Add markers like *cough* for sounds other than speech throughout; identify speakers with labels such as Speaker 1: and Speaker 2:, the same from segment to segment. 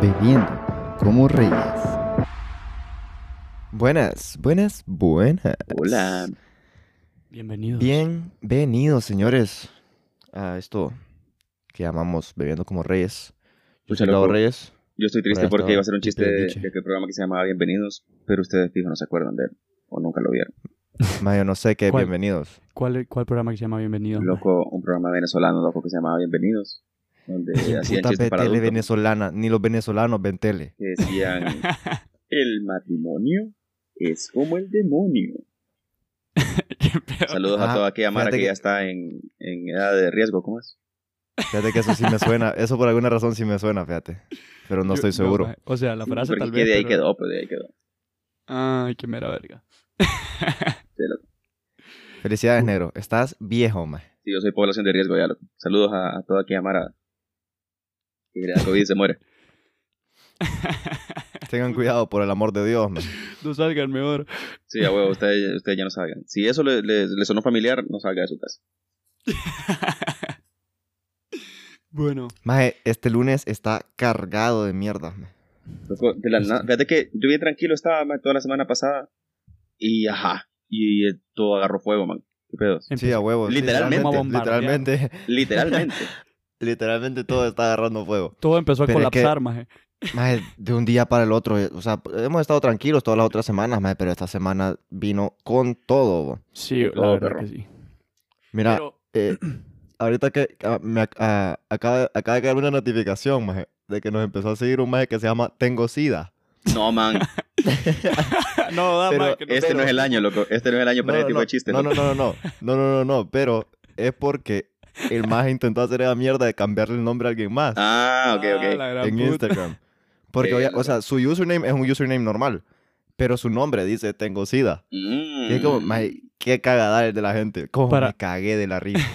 Speaker 1: bebiendo como reyes. Buenas, buenas, buenas.
Speaker 2: Hola.
Speaker 3: Bienvenidos.
Speaker 1: Bienvenidos, señores, a esto que llamamos bebiendo como reyes. Yo
Speaker 2: Pucha,
Speaker 1: soy Lau
Speaker 2: loco.
Speaker 1: Reyes.
Speaker 2: Yo estoy triste
Speaker 1: Hola,
Speaker 2: porque
Speaker 1: estaba
Speaker 2: iba a ser un chiste
Speaker 1: triste
Speaker 2: de,
Speaker 1: de biche.
Speaker 2: de aquel programa que se llamaba Bienvenidos, pero ustedes fijo no se acuerdan de él o nunca lo vieron.
Speaker 1: Ma, yo no sé qué,
Speaker 3: ¿Cuál?
Speaker 1: bienvenidos.
Speaker 3: ¿Cuál, ¿Cuál programa que se llama Bienvenido?
Speaker 2: Loco, un programa venezolano loco que se llamaba Bienvenidos, donde hacían
Speaker 1: Puta
Speaker 2: chistes para
Speaker 1: tele
Speaker 2: adultos
Speaker 1: venezolana, ni los venezolanos ven tele.
Speaker 2: que
Speaker 3: *laughs*
Speaker 2: decían el matrimonio es como el demonio.
Speaker 3: *laughs* ¿Qué pedo?
Speaker 2: Saludos
Speaker 1: Ah,
Speaker 2: a toda aquella mara
Speaker 1: fíjate
Speaker 2: que,
Speaker 1: que-
Speaker 2: ya está en, en edad de riesgo, ¿cómo es?
Speaker 1: Fíjate que eso sí me
Speaker 2: *laughs*
Speaker 1: suena, eso por alguna razón sí me suena, fíjate. Pero no
Speaker 3: Yo-
Speaker 1: estoy seguro.
Speaker 3: ma, o sea, la frase
Speaker 2: Porque
Speaker 3: tal
Speaker 2: que
Speaker 3: vez.
Speaker 2: de ahí
Speaker 3: pero-
Speaker 2: quedó, pues de ahí quedó.
Speaker 3: Ay, qué mera verga.
Speaker 2: Sí, loco.
Speaker 1: Felicidades, negro. Estás viejo, ma.
Speaker 2: Sí, yo soy población de riesgo ya, loco. Saludos a, a toda aquella mara que le da COVID y se muere.
Speaker 1: Tengan cuidado, por el amor de Dios,
Speaker 3: *laughs*
Speaker 1: ma.
Speaker 3: No salgan mejor.
Speaker 2: Sí, a huevo, ustedes, ustedes ya no salgan. Si eso le, le- le sonó familiar, no salga de su casa.
Speaker 3: bueno,
Speaker 1: Maje, este lunes está cargado de mierda. ma.
Speaker 2: Loco, de la nada- fíjate que yo bien tranquilo estaba man, toda la semana pasada y ajá, y eh, todo agarró fuego, man. ¿Qué pedos?
Speaker 1: Sí, a huevos.
Speaker 2: Literalmente.
Speaker 1: Literalmente, literalmente, *laughs*
Speaker 2: Literalmente.
Speaker 1: literalmente todo está agarrando fuego.
Speaker 3: todo empezó a
Speaker 1: Pero es
Speaker 3: colapsar, maje.
Speaker 1: Maje, de un día para el otro, eh, o sea, hemos estado tranquilos todas las otras semanas, maje, pero esta semana vino con todo. bo.
Speaker 3: Sí, la
Speaker 2: Todo,
Speaker 3: verdad
Speaker 2: Oh, perro.
Speaker 3: que sí.
Speaker 1: Mira,
Speaker 3: Pero- *laughs*
Speaker 1: eh, *clears throat* ahorita que ah, me ac- ah, acaba, acaba de caer una notificación, maje, de que nos empezó a seguir un maje que se llama Tengo SIDA.
Speaker 2: No, man.
Speaker 3: no, da,
Speaker 1: Pero
Speaker 3: maje, que no-
Speaker 2: Este no es el año, loco. Este no es el año para ese tipo
Speaker 1: no,
Speaker 2: de chistes.
Speaker 1: no,
Speaker 2: loco.
Speaker 1: no, no, no, no, no, no, no, no, pero es porque el maje intentó hacer esa mierda de cambiarle el nombre a alguien más.
Speaker 2: Ah, ok,
Speaker 3: Ah,
Speaker 2: ok.
Speaker 3: la gran
Speaker 1: en
Speaker 3: puta.
Speaker 1: Instagram. Porque,
Speaker 2: Qué
Speaker 1: obvia-
Speaker 2: loco.
Speaker 1: o sea, su username es un username normal, pero su nombre dice tengo sida.
Speaker 2: Mm.
Speaker 1: Y es como, "Mae, qué cagadal de la gente. Como
Speaker 3: Para-
Speaker 1: me cagué de la risa.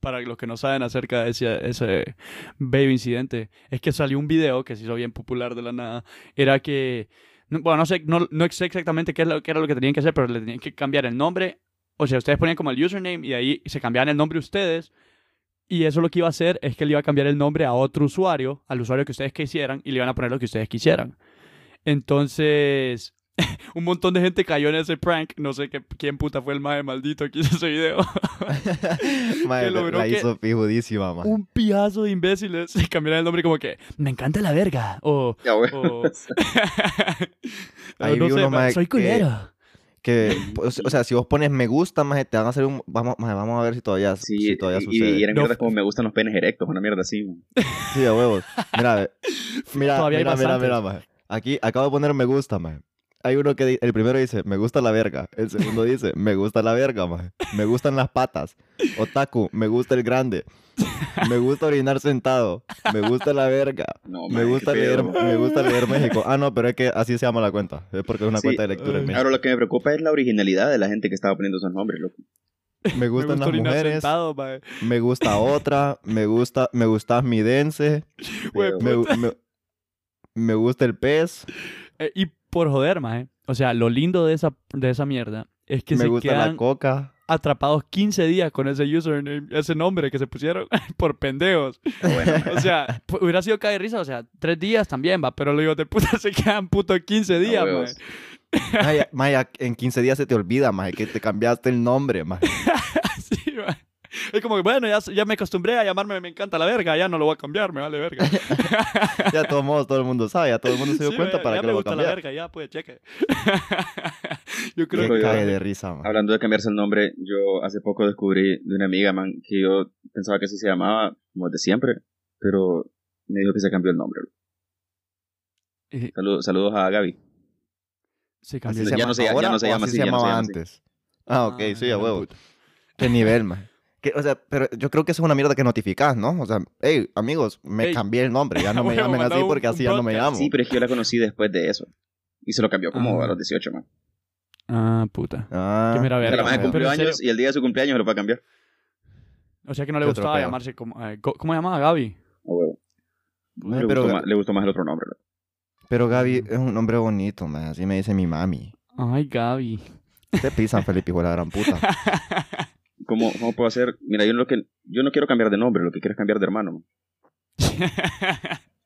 Speaker 3: Para los que no saben acerca de ese, ese bello incidente, es que salió un video que se hizo bien popular de la nada. Era que, no- bueno, no sé, no, no sé exactamente qué, es lo, qué era lo que tenían que hacer, pero le tenían que cambiar el nombre. O sea, ustedes ponían como el username y ahí se cambiaban el nombre ustedes. Y eso lo que iba a hacer es que le iba a cambiar el nombre a otro usuario, al usuario que ustedes quisieran, y le iban a poner lo que ustedes quisieran. Entonces, *laughs* un montón de gente cayó en ese prank. No sé qué, quién puta fue el más maldito que hizo ese video.
Speaker 1: *laughs* Mae,
Speaker 3: Que logró
Speaker 1: la
Speaker 3: que-
Speaker 1: hizo fijudísima, mae.
Speaker 3: un pijazo de imbéciles se cambiaron el nombre como que me encanta la verga o,
Speaker 1: *laughs*
Speaker 2: Ya, güey.
Speaker 3: o- *laughs*
Speaker 1: Ahí
Speaker 3: no
Speaker 1: vi
Speaker 3: sé,
Speaker 1: uno,
Speaker 3: ma,
Speaker 1: mae,
Speaker 3: soy
Speaker 1: que-
Speaker 3: culero
Speaker 1: Que, o se- o sea, si vos pones me gusta, mae, te van a hacer un... Vamos, mae, vamos a ver si todavía,
Speaker 2: Sí,
Speaker 1: si todavía
Speaker 2: y- y,
Speaker 1: sucede.
Speaker 2: eran
Speaker 3: No.
Speaker 2: mierdas como me gustan los penes erectos, una mierda así. man.
Speaker 1: Sí, a huevos. Mira,
Speaker 3: *laughs*
Speaker 1: ve. mira,
Speaker 3: Todavía hay
Speaker 1: mira, mira,
Speaker 3: bastantes.
Speaker 1: mira, mae. Aquí acabo de poner me gusta, mae. Hay uno que di- el primero dice, me gusta la verga. El segundo dice, me gusta la verga, mae. Me gustan las patas. Otaku, me gusta el grande. Me gusta orinar sentado. Me gusta la verga.
Speaker 2: No,
Speaker 1: Me
Speaker 2: man,
Speaker 1: gusta
Speaker 2: Oh, qué pedo,
Speaker 1: leer,
Speaker 2: man.
Speaker 1: me gusta leer México. Ah, no, pero es que así se llama la cuenta. Es porque es una
Speaker 2: Sí.
Speaker 1: cuenta de lectura en
Speaker 3: Ay.
Speaker 1: México.
Speaker 2: Ahora lo que me preocupa es la originalidad de la gente que estaba poniendo esos nombres, loco.
Speaker 1: Me gustan
Speaker 3: gusta
Speaker 1: las
Speaker 3: orinar
Speaker 1: mujeres,
Speaker 3: sentado, ma.
Speaker 1: me gusta otra, me gusta, me gusta mi dense,
Speaker 3: Güey,
Speaker 2: Pero-
Speaker 1: me, me- me gusta el pez,
Speaker 3: Eh, y por joder más o sea lo lindo de esa de esa mierda es que
Speaker 1: me
Speaker 3: se
Speaker 1: gusta la
Speaker 3: quedan
Speaker 1: coca.
Speaker 3: *laughs* atrapados 15 días con ese username ese nombre que se pusieron *laughs* por pendejos
Speaker 2: Ah,
Speaker 1: *laughs*
Speaker 2: bueno, man.
Speaker 3: o sea pu- hubiera sido caer risa o sea tres días también va pero lo digo de puta *laughs* se quedan puto 15 días ma.
Speaker 2: huevos.
Speaker 1: Maya, Maya, en 15 días se te olvida, Maya, que te cambiaste el nombre, Maya.
Speaker 3: *laughs* Sí, va. Es como que, bueno, ya, ya me acostumbré a llamarme Me encanta la verga, ya no lo voy a cambiar, me vale *laughs* verga.
Speaker 1: Ya de todos modos, todo el mundo sabe, ya todo el mundo se dio
Speaker 3: Sí,
Speaker 1: cuenta
Speaker 3: va,
Speaker 1: para
Speaker 3: ya
Speaker 1: que
Speaker 3: me
Speaker 1: lo va a
Speaker 3: gusta la
Speaker 1: cambiar.
Speaker 3: verga, ya, pues, cheque. *laughs* Yo creo
Speaker 1: Que
Speaker 2: Loco, yo-
Speaker 1: cae de risa, Maya.
Speaker 2: Hablando de cambiarse el nombre, yo hace poco descubrí de una amiga, man, que yo pensaba que así se llamaba, como de siempre, pero me dijo que se cambió el nombre.
Speaker 3: que... Eh,
Speaker 2: Saludos, saludos a Gaby.
Speaker 3: Se cambió
Speaker 1: Así
Speaker 3: el-
Speaker 1: se
Speaker 2: ya
Speaker 1: llama
Speaker 2: no se- ya
Speaker 1: ahora
Speaker 2: no se
Speaker 1: o
Speaker 2: llama
Speaker 1: así
Speaker 2: así,
Speaker 1: se
Speaker 2: ya no se
Speaker 1: llamaba
Speaker 2: llama así.
Speaker 1: antes. Ah, ok,
Speaker 3: Ay,
Speaker 1: sí, a
Speaker 3: gran
Speaker 1: huevo.
Speaker 3: puta.
Speaker 1: Qué nivel, Maya. Que, o sea, pero yo creo que eso es una mierda que notificás, ¿no? O sea, hey, amigos, me
Speaker 3: Ey.
Speaker 1: cambié el nombre,
Speaker 3: *laughs*
Speaker 1: ya no me
Speaker 3: Huevo,
Speaker 1: llamen
Speaker 3: mandaba
Speaker 1: así
Speaker 3: un-
Speaker 1: porque
Speaker 3: un
Speaker 1: así ya no me
Speaker 3: broadcast.
Speaker 1: llamo.
Speaker 2: Sí, pero es que yo la conocí después de eso. Y se lo cambió como
Speaker 3: Ah.
Speaker 2: a los 18, man.
Speaker 3: Ah, puta.
Speaker 1: Ah,
Speaker 3: Que mira,
Speaker 2: O sea, la
Speaker 3: verga,
Speaker 2: maje
Speaker 3: man.
Speaker 2: cumplió
Speaker 3: Pero en serio.
Speaker 2: años y el día de su cumpleaños lo va a cambiar.
Speaker 3: O sea que no le
Speaker 1: Qué
Speaker 3: gustaba
Speaker 1: atropello.
Speaker 3: llamarse como... eh, co- ¿Cómo llamaba Gaby?
Speaker 2: A huevo.
Speaker 1: Maya,
Speaker 2: le,
Speaker 1: pero,
Speaker 2: gustó más, le gustó más el otro nombre. loco.
Speaker 1: pero Gaby es un nombre bonito, Maya, así me dice mi mami.
Speaker 3: Ay, Gaby.
Speaker 1: Te pisan, Felipe, hijo de la gran puta.
Speaker 2: ¿Cómo, ¿Cómo puedo hacer? Mira, yo, lo que, yo no quiero cambiar de nombre, lo que quiero es cambiar de hermano. man.
Speaker 3: *laughs*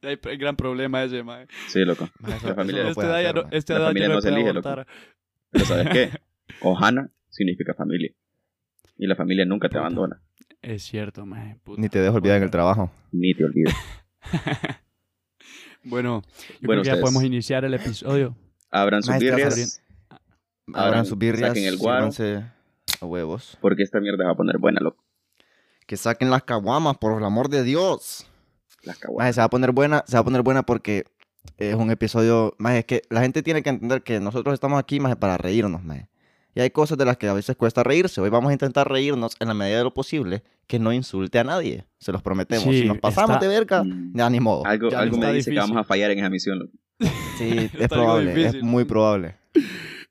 Speaker 3: Hay p- gran problema ese, mae.
Speaker 2: Sí, loco.
Speaker 1: Mae, eso-
Speaker 2: La
Speaker 1: eso
Speaker 2: familia-
Speaker 1: no
Speaker 3: Este
Speaker 1: puede
Speaker 3: edad ya
Speaker 1: hacer,
Speaker 3: no,
Speaker 1: mae.
Speaker 3: esta
Speaker 2: La
Speaker 3: edad ya
Speaker 2: familia
Speaker 3: no
Speaker 2: no se
Speaker 3: puede
Speaker 2: elige, loco.
Speaker 3: abortar.
Speaker 2: Pero ¿sabes
Speaker 3: *laughs*
Speaker 2: qué? Ohana significa familia. Y la familia nunca te
Speaker 3: Puta.
Speaker 2: abandona.
Speaker 3: Es cierto, mae. puta.
Speaker 1: Ni te dejo olvidar en el trabajo.
Speaker 2: Ni te olvida.
Speaker 3: Bueno, yo
Speaker 2: Bueno,
Speaker 3: creo que ya
Speaker 2: ustedes.
Speaker 3: podemos iniciar el episodio.
Speaker 2: Abran sus
Speaker 1: Maestras,
Speaker 2: birrias.
Speaker 1: Abran sus birrias,
Speaker 2: saquen el guaro.
Speaker 1: sírvanse a huevos.
Speaker 2: Porque esta mierda va a poner buena, loco.
Speaker 1: Que saquen las caguamas, por el amor de Dios.
Speaker 2: Las caguamas.
Speaker 1: Maje, se va a poner buena, se va a poner buena porque es un episodio... Maje, es que la gente tiene que entender que nosotros estamos aquí, maje, para reírnos, maje. Y hay cosas de las que a veces cuesta reírse. Hoy vamos a intentar reírnos en la medida de lo posible, que no insulte a nadie. Se los prometemos.
Speaker 3: Sí,
Speaker 1: si nos pasamos
Speaker 3: está-
Speaker 1: de verga,
Speaker 2: Mm.
Speaker 1: ya ni modo.
Speaker 2: Algo,
Speaker 1: Ya ni
Speaker 2: algo me
Speaker 1: modo.
Speaker 3: está
Speaker 2: dice que
Speaker 3: difícil.
Speaker 2: vamos a fallar en esa misión, loco.
Speaker 3: *laughs*
Speaker 1: Sí,
Speaker 3: Está
Speaker 1: es
Speaker 3: algo
Speaker 1: probable, es
Speaker 3: difícil.
Speaker 1: muy probable.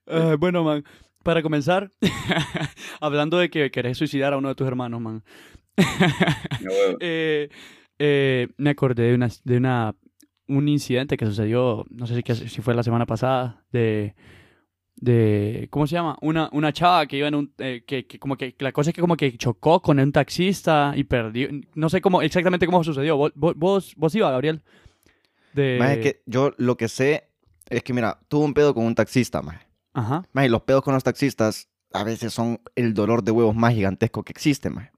Speaker 3: Ah, bueno, man, para comenzar, *laughs* hablando de que querés suicidar a uno de tus hermanos, man.
Speaker 2: Ya, huevo.
Speaker 3: Eh, eh, me acordé de una, de una un incidente que sucedió, no sé si, que- si fue la semana pasada, de, de ¿cómo se llama? Una, una chava que iba en un, eh, que, que como que, la cosa es que como que chocó con un taxista y perdió, no sé cómo, exactamente cómo sucedió. ¿Vos, vos- vos, vos ibas, Gabriel? De,
Speaker 1: Maje, que yo lo que sé es que, mira, tuve un pedo con un taxista, maje.
Speaker 3: Ajá.
Speaker 1: Mae, los pedos con los taxistas a veces son el dolor de huevos más gigantesco que existe, mae.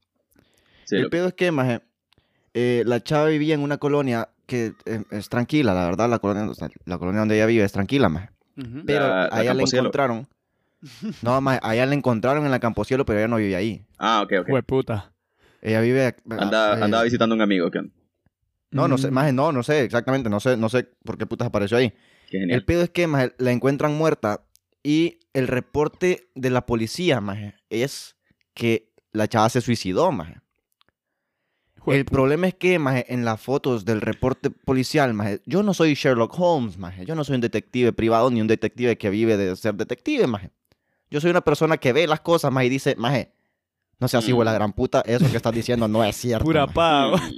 Speaker 2: Sí,
Speaker 1: el
Speaker 2: loco.
Speaker 1: pedo es que, mae, eh, la chava vivía en una colonia que eh, es tranquila, la verdad, la colonia, o sea, la colonia donde ella vive es tranquila, mae.
Speaker 3: Ujú.
Speaker 1: Pero
Speaker 2: La- la
Speaker 1: a ella le
Speaker 2: Campocielo. *laughs*
Speaker 1: encontraron. No, mae, a ella le encontraron en la Camposielo, pero ella no vive ahí.
Speaker 2: Ah, ok, ok.
Speaker 3: Hueputa.
Speaker 1: Ella vive...
Speaker 2: Anda-
Speaker 1: eh,
Speaker 2: andaba visitando a un amigo, ¿qué onda?
Speaker 1: No, no sé,
Speaker 3: Mm.
Speaker 1: mae, no, no sé, exactamente, no sé, no sé por qué putas apareció ahí.
Speaker 2: Qué
Speaker 1: El
Speaker 2: genial.
Speaker 1: pedo es que maje, la encuentran muerta y el reporte de la policía, maje, es que la chava se suicidó, maje. El
Speaker 3: Hueputa.
Speaker 1: problema es que, maje, en las fotos del reporte policial, maje, yo no soy Sherlock Holmes, maje. Yo no soy un detective privado ni un detective que vive de ser detective, maje. Yo soy una persona que ve las cosas, maje, y dice, maje, no seas
Speaker 2: Mm.
Speaker 1: hijo de la gran puta, eso que estás diciendo no es cierto,
Speaker 3: Pura
Speaker 1: maje".
Speaker 3: pavo. *laughs*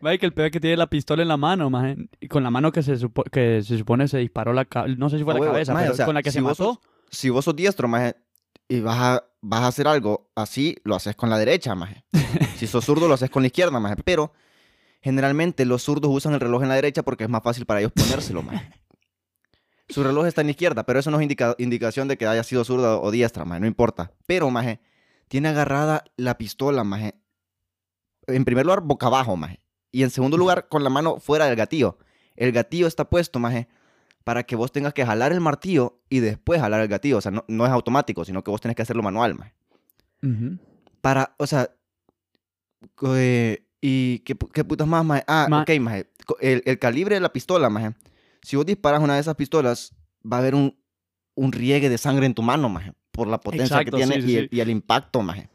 Speaker 2: Mm.
Speaker 3: Mike, el pedo es que tiene la pistola en la mano, maje, y con la mano que se, supo- que se supone se disparó la cabeza, no sé si fue
Speaker 1: A
Speaker 3: la
Speaker 1: Ah, huevo,
Speaker 3: cabeza,
Speaker 1: maje,
Speaker 3: pero
Speaker 1: o sea,
Speaker 3: con la que
Speaker 1: si
Speaker 3: se
Speaker 1: vos
Speaker 3: mató.
Speaker 1: sos- si vos sos diestro, maje, y vas a, vas a hacer algo así, lo haces con la derecha, maje. si sos zurdo, lo haces con la izquierda, maje. Pero generalmente los zurdos usan el reloj en la derecha porque es más fácil para ellos ponérselo, maje. Su reloj está en la izquierda, pero eso no es indica- indicación de que haya sido zurda o diestra, maje. No importa. Pero, maje, tiene agarrada la pistola, maje. En primer lugar, boca abajo, maje. Y en segundo lugar, con la mano fuera del gatillo. El gatillo está puesto, maje, para que vos tengas que jalar el martillo y después jalar el gatillo. O sea, no, no es automático, sino que vos tenés que hacerlo manual, maje.
Speaker 3: Ujú.
Speaker 1: Para, o sea, co- eh, y qué, pu- qué putas más, maje. Ah,
Speaker 3: Ma-
Speaker 1: ok, maje. Co- El, el calibre de la pistola, maje. Si vos disparas una de esas pistolas, va a haber un, un riegue de sangre en tu mano, maje. Por la potencia que
Speaker 3: Exacto,
Speaker 1: tiene
Speaker 3: sí, sí,
Speaker 1: y, el,
Speaker 3: sí.
Speaker 1: y el impacto, maje.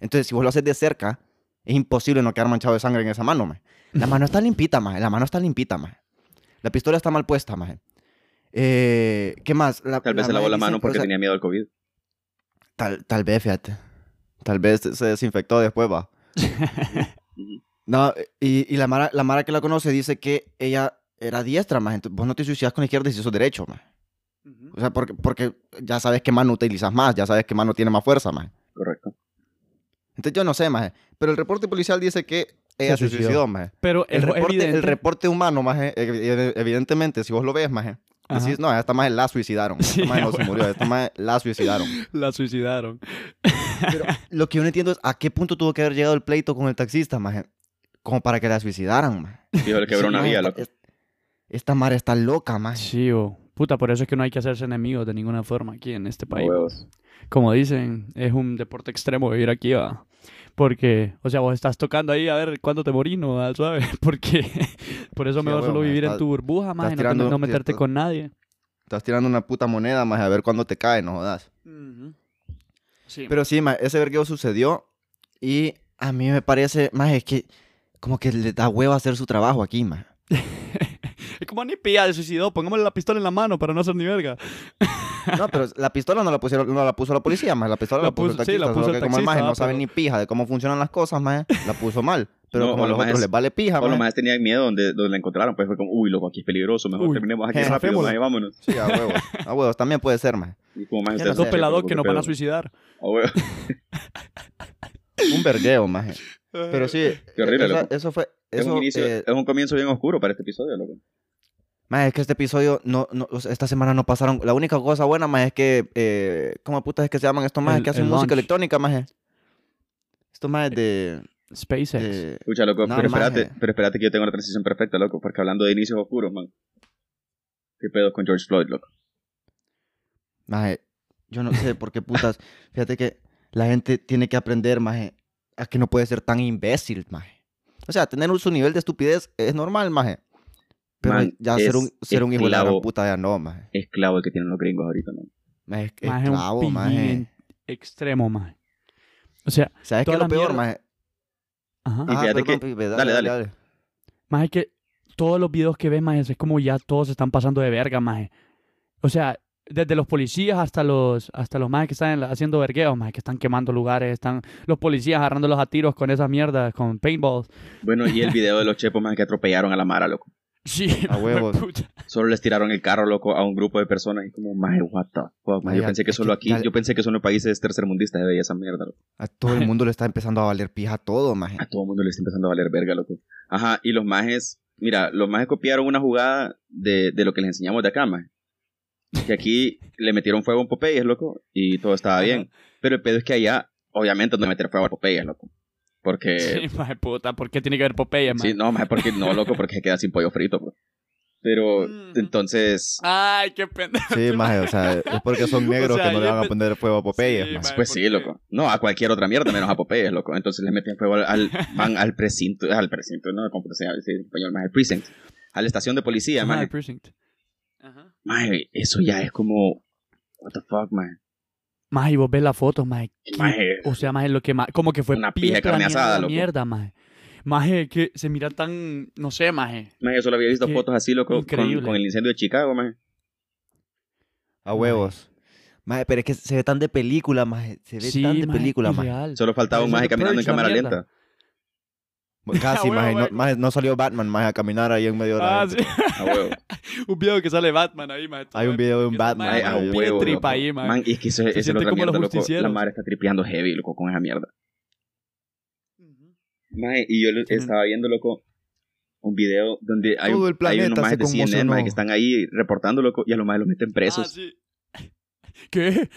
Speaker 1: Entonces, si vos lo haces de cerca, es imposible no quedar manchado de sangre en esa mano, maje. La mano
Speaker 2: *laughs*
Speaker 1: está limpita, maje. La mano está limpita, maje. La pistola está mal puesta, maje. Eh, ¿Qué más? La-
Speaker 2: Tal vez se lavó
Speaker 1: maje
Speaker 2: la
Speaker 1: dice,
Speaker 2: mano
Speaker 1: o
Speaker 2: porque
Speaker 1: sea,
Speaker 2: tenía miedo al COVID.
Speaker 1: Tal, tal vez, fíjate. Tal vez se desinfectó después, va.
Speaker 2: Ujú.
Speaker 1: No, y, y la, Mara, la Mara que la conoce dice que ella era diestra, más. Entonces, vos no te suicidas con la izquierda y si sos derecho, más. O sea, porque, porque ya sabes qué mano utilizas más, ya sabes qué mano tiene más fuerza, más.
Speaker 2: Correcto.
Speaker 1: Entonces, yo no sé, más. Pero el reporte policial dice que ella se,
Speaker 3: Se
Speaker 1: suicidó,
Speaker 3: suicidó.
Speaker 1: maje.
Speaker 3: Pero
Speaker 1: El
Speaker 3: es
Speaker 1: reporte, el
Speaker 3: evidente-
Speaker 1: reporte humano, más, eh, evidentemente, si vos lo ves, más, eh,
Speaker 3: Ajá.
Speaker 1: decís, no, esta más la suicidaron. Esta
Speaker 3: Sí,
Speaker 1: maje
Speaker 3: a
Speaker 1: no se
Speaker 3: huevo. *laughs*
Speaker 1: murió, esta más la suicidaron.
Speaker 3: la suicidaron.
Speaker 1: Pero lo que yo no entiendo es a qué punto tuvo que haber llegado el pleito con el taxista, maje. Como para que la suicidaran, maje.
Speaker 2: Dijo, le quebró
Speaker 1: Sí,
Speaker 2: una
Speaker 1: maje,
Speaker 2: vía,
Speaker 1: esta-
Speaker 2: loco.
Speaker 1: es- Esta madre está loca, maje.
Speaker 3: Sí, bo. puta, por eso es que no hay que hacerse enemigos de ninguna forma aquí en este país.
Speaker 2: Huevos.
Speaker 3: Como dicen, es un deporte extremo vivir aquí, va. Porque, o sea, vos estás tocando ahí a ver cuándo te morís, no, va, suave. *laughs* Porque por eso
Speaker 1: Sí,
Speaker 3: mejor
Speaker 1: a huevo,
Speaker 3: solo
Speaker 1: man,
Speaker 3: vivir en
Speaker 1: estás-
Speaker 3: tu burbuja, más, no, te-
Speaker 1: tirando-
Speaker 3: no meterte
Speaker 1: estás-
Speaker 3: con nadie.
Speaker 1: Estás tirando una puta moneda, maje, a ver cuándo te cae, no jodas.
Speaker 3: Sí,
Speaker 1: Pero sí, maje, ese vergueo sucedió y a mí me parece, maje, es que como que le da hueva hacer su trabajo aquí, maje.
Speaker 3: *laughs* Es como ni pilla, se suicidó. Pongámosle la pistola en la mano para no hacer ni verga.
Speaker 1: No, pero la pistola no la pusieron, no la puso la policía, maje, la pistola la,
Speaker 3: La
Speaker 1: puso el
Speaker 3: puso-
Speaker 1: taxista.
Speaker 3: sí, la
Speaker 1: solo
Speaker 3: puso
Speaker 1: que
Speaker 3: el
Speaker 1: como el maje
Speaker 3: taxista,
Speaker 1: no
Speaker 3: ah,
Speaker 1: sabe
Speaker 3: pero-
Speaker 1: ni pija de cómo funcionan las cosas, maje, la puso mal. Pero
Speaker 2: No,
Speaker 1: como
Speaker 2: o
Speaker 1: a los
Speaker 2: los
Speaker 1: otros
Speaker 2: majes-
Speaker 1: les vale pija,
Speaker 2: O los
Speaker 1: maje.
Speaker 2: más tenían miedo donde, donde la encontraron. Pues fue como, uy, loco, aquí es peligroso. Mejor
Speaker 3: Uy,
Speaker 2: terminemos aquí
Speaker 1: eh,
Speaker 2: rápido,
Speaker 3: zafémosla.
Speaker 2: maje, vámonos.
Speaker 1: Sí, a huevos. A huevos, también puede ser, maje.
Speaker 2: Y como más
Speaker 1: Ya
Speaker 2: ustedes
Speaker 1: los
Speaker 3: Dos
Speaker 1: sé,
Speaker 2: se
Speaker 3: pelados
Speaker 2: loco,
Speaker 3: que
Speaker 2: qué
Speaker 3: nos van a
Speaker 2: pedo.
Speaker 3: suicidar.
Speaker 2: Ah,
Speaker 3: *laughs*
Speaker 2: huevo.
Speaker 1: Un vergueo, maje. Pero sí,
Speaker 2: Qué horrible,
Speaker 1: esa-
Speaker 2: loco.
Speaker 1: eso fue,
Speaker 2: es,
Speaker 1: Eso,
Speaker 2: un inicio-
Speaker 1: eh,
Speaker 2: es un comienzo bien oscuro para este episodio, loco.
Speaker 1: Mae, es que este episodio, no, no, o sea, esta semana no pasaron. La única cosa buena, mae, es que, eh, ¿cómo putas es que se llaman estos maes
Speaker 3: El-
Speaker 1: que hacen
Speaker 3: el
Speaker 1: música
Speaker 3: Lunch.
Speaker 1: electrónica, mae? Estos maes de...
Speaker 3: SpaceX.
Speaker 1: de-
Speaker 2: Escucha, loco,
Speaker 1: No,
Speaker 2: pero
Speaker 1: maje.
Speaker 2: espérate, pero espérate que yo tengo la transición perfecta, loco, porque hablando de inicios oscuros, man. ¿Qué pedo con George Floyd, loco?
Speaker 1: maje, yo no sé por qué putas. Fíjate que la gente tiene que aprender, maje, a que no puede ser tan imbécil, maje. O sea, tener un- su nivel de estupidez es normal, maje. Pero
Speaker 2: Man,
Speaker 1: ya ser
Speaker 2: es
Speaker 1: un, ser un hijo de la gran
Speaker 2: esclavo.
Speaker 1: puta ya no, maje.
Speaker 2: Esclavo que tienen los gringos ahorita, man.
Speaker 1: Maje, es
Speaker 3: Maje, un
Speaker 1: esclavo,
Speaker 3: pillín
Speaker 1: maje.
Speaker 3: Extremo, maje. O sea,
Speaker 1: ¿Sabes qué
Speaker 3: Toda
Speaker 1: es lo
Speaker 3: la
Speaker 1: peor,
Speaker 3: mierda-
Speaker 1: maje?
Speaker 3: ajá.
Speaker 2: Y fíjate que-
Speaker 1: Pipe,
Speaker 2: dale, dale.
Speaker 3: Más es que todos los videos que ves, más es como ya todos se están pasando de verga, más. O sea, desde los policías hasta los hasta los más que están en la- haciendo vergueos, más que están quemando lugares, están los policías agarrándolos a tiros con esas mierdas, con paintballs. *laughs*
Speaker 2: Bueno, y el video de los chepos, man, que atropellaron a la Mara, loco.
Speaker 3: Sí,
Speaker 1: A
Speaker 3: hijo de
Speaker 1: huevos.
Speaker 3: puta.
Speaker 2: Solo les tiraron el carro, loco, a un grupo de personas. Y como, maje, what the fuck, man.
Speaker 1: Maje,
Speaker 2: Yo pensé que
Speaker 1: es
Speaker 2: solo
Speaker 1: que
Speaker 2: aquí,
Speaker 1: ya-
Speaker 2: yo pensé que solo en países tercermundistas se veía esa mierda, loco.
Speaker 1: A todo el mundo le está empezando a valer pija todo,
Speaker 2: *laughs*
Speaker 1: maje.
Speaker 2: A todo el mundo le está empezando a valer verga, loco. Ajá, y los majes, mira, los majes copiaron una jugada de, de lo que les enseñamos de acá, maje. Que aquí le metieron fuego a un Popeyes, loco, y todo estaba bien. Pero el pedo es que allá, obviamente, no le meter fuego a Popeyes, loco. Porque... Sí,
Speaker 3: *laughs*
Speaker 1: eh.
Speaker 3: Sí, más de puta, ¿por qué tiene que ver Popeye, más?
Speaker 2: no, maje, porque no, loco, porque se queda sin pollo frito, pues. Pero,
Speaker 3: Mm.
Speaker 2: entonces...
Speaker 3: Ay, qué pendejo.
Speaker 1: Sí, maje, o sea, es porque son negros
Speaker 3: O sea,
Speaker 1: que no le
Speaker 3: yo
Speaker 1: van a
Speaker 3: pe-
Speaker 1: poner fuego a Popeye,
Speaker 3: Sí,
Speaker 1: maje.
Speaker 3: maje.
Speaker 2: Pues
Speaker 3: Ah, ¿por
Speaker 2: sí,
Speaker 3: qué?
Speaker 2: loco. No, a cualquier otra mierda, menos a Popeyes, loco. Entonces le meten fuego al, al- van al precinto, al precinto, no, como se llama Sí, en español, más al precinct. A la estación de policía,
Speaker 3: Ajá, el
Speaker 2: maje.
Speaker 3: precinct. Ajá.
Speaker 2: Maje, eso ya es como, what the fuck, maje.
Speaker 3: Más y vos ves las fotos, más
Speaker 2: Maje,
Speaker 3: O sea, más lo que más. Como que fue
Speaker 2: Una pija de
Speaker 3: piedra,
Speaker 2: carne asada,
Speaker 3: mierda,
Speaker 2: loco.
Speaker 3: Mierda, más. Más que se mira tan. No sé, más.
Speaker 2: maje, yo solo había visto
Speaker 3: Qué
Speaker 2: fotos así, loco, con,
Speaker 3: increíble.
Speaker 2: con el incendio de Chicago, maje.
Speaker 1: A huevos. Maje, pero es que se ve tan de película, maje. Se ve tan de película, maje.
Speaker 2: Solo faltaba un maje
Speaker 3: Parece The
Speaker 2: caminando en
Speaker 3: Purge, la
Speaker 2: cámara
Speaker 3: mierda.
Speaker 2: lenta.
Speaker 1: Casi,
Speaker 3: A huevo,
Speaker 1: maje. No,
Speaker 3: maje.
Speaker 1: maje, no salió Batman, maje, a caminar ahí en medio de la
Speaker 3: Ah,
Speaker 1: gente.
Speaker 3: sí.
Speaker 2: A huevo.
Speaker 3: un video que sale Batman ahí, maje.
Speaker 1: Hay un video de un Batman, Ay,
Speaker 2: Maje, a
Speaker 1: ay,
Speaker 3: un
Speaker 1: yo-
Speaker 2: huevo.
Speaker 3: tripa
Speaker 2: loco.
Speaker 3: ahí, maje.
Speaker 2: Man, y es que eso, es-
Speaker 3: Se
Speaker 2: eso es lo
Speaker 3: siente
Speaker 2: que
Speaker 3: como
Speaker 2: mierda,
Speaker 3: los
Speaker 2: loco. La
Speaker 3: justicieros.
Speaker 2: madre está tripeando heavy, loco, con esa mierda.
Speaker 3: Ujú.
Speaker 2: Maje, y yo lo-
Speaker 3: Tienen-
Speaker 2: estaba viendo, loco, un video donde hay,
Speaker 1: Todo el
Speaker 2: hay
Speaker 1: planeta
Speaker 2: unos
Speaker 1: se
Speaker 2: majes de CNN, maje,
Speaker 1: conmocionó.
Speaker 2: que están ahí reportando, loco, y a los majes los meten
Speaker 3: Ah,
Speaker 2: presos.
Speaker 3: sí. *laughs* ¿Qué?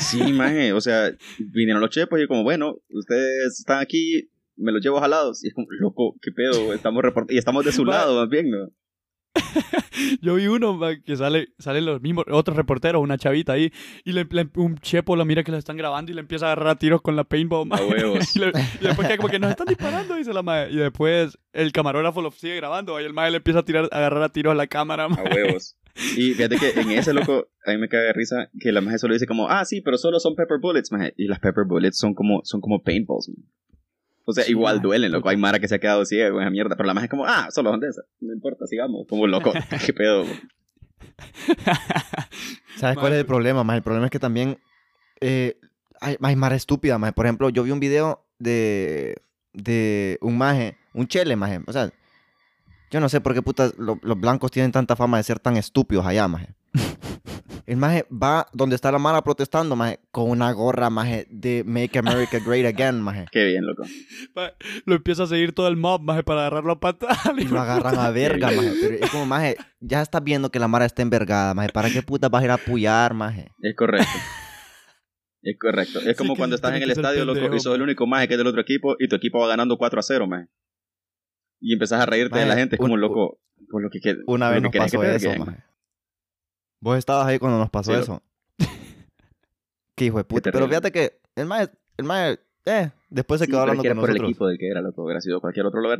Speaker 2: sí. maje, o sea, vinieron los chepos y como, bueno, ustedes están aquí, me los llevo jalados. Y es como, loco, qué pedo, estamos report- y estamos de su
Speaker 3: Maje.
Speaker 2: lado, más bien, ¿no?
Speaker 3: Yo vi uno man, que sale, salen los mismos, otros reporteros, una chavita ahí, y le, le- un chepo lo mira que la están grabando y le empieza a agarrar a tiros con la paintball. man.
Speaker 2: A huevos.
Speaker 3: y, le- y después queda como que nos están disparando, dice la madre. Y después el camarógrafo lo sigue grabando, y el madre le empieza a tirar, a agarrar a tiros a la cámara. man.
Speaker 2: A huevos. Y fíjate que en ese loco, a mí me caga de risa que la maje solo dice como, ah, sí, pero solo son pepper bullets, maje. Y las pepper bullets son como, son como paintballs, man. O sea,
Speaker 3: Sí,
Speaker 2: igual
Speaker 3: maje,
Speaker 2: duelen, loco.
Speaker 3: puta.
Speaker 2: Hay Mara que se ha quedado ciega con esa mierda. Pero la maje es como, ah, solo son de esas. No importa, sigamos. Como
Speaker 3: *laughs*
Speaker 2: loco, *laughs* qué pedo. man.
Speaker 1: ¿Sabes cuál
Speaker 3: Maje,
Speaker 1: es el problema, maje? El problema es que también eh, hay, hay mara estúpida, maje. Por ejemplo, yo vi un video de, de un maje, un chele, maje. O sea, yo no sé por qué putas lo- los blancos tienen tanta fama de ser tan estúpidos allá, maje. El maje va donde está la mara protestando, maje, con una gorra, maje, de Make America Great Again, maje.
Speaker 2: Qué bien, loco.
Speaker 3: Ma- Lo empieza a seguir todo el mob, maje, para agarrarlo a *laughs* patada.
Speaker 1: Y lo agarran a verga, maje. Pero es como, maje, ya estás viendo que la mara está envergada, maje. ¿Para qué putas vas a ir a apoyar, maje?
Speaker 2: Es correcto. Es correcto. Es como
Speaker 3: que
Speaker 2: cuando
Speaker 3: sí
Speaker 2: estás en
Speaker 3: tiene
Speaker 2: el
Speaker 3: que ser
Speaker 2: estadio, loco,
Speaker 3: pendejo,
Speaker 2: y sos el
Speaker 3: man.
Speaker 2: único maje que es del otro equipo y tu equipo va ganando 4 a 0, maje. Y empezás a reírte de
Speaker 1: Maje,
Speaker 2: la gente. Es como,
Speaker 1: un-
Speaker 2: loco, por lo que quede-
Speaker 1: Una
Speaker 2: por
Speaker 1: vez
Speaker 2: lo
Speaker 1: nos
Speaker 2: que querés que
Speaker 1: pasó
Speaker 2: te
Speaker 1: eso,
Speaker 2: verguen,
Speaker 1: maje. Vos estabas ahí cuando nos pasó
Speaker 2: Sí, lo- *laughs*
Speaker 1: eso. Qué hijo de puta. Pero
Speaker 2: terrible.
Speaker 1: fíjate que el maje, el maje, eh, después se
Speaker 2: Sí,
Speaker 1: quedó
Speaker 2: pero
Speaker 1: hablando
Speaker 2: que
Speaker 1: con
Speaker 2: era por el
Speaker 1: nosotros.
Speaker 2: equipo del que era, loco. Hubiera sido cualquier otro lugar.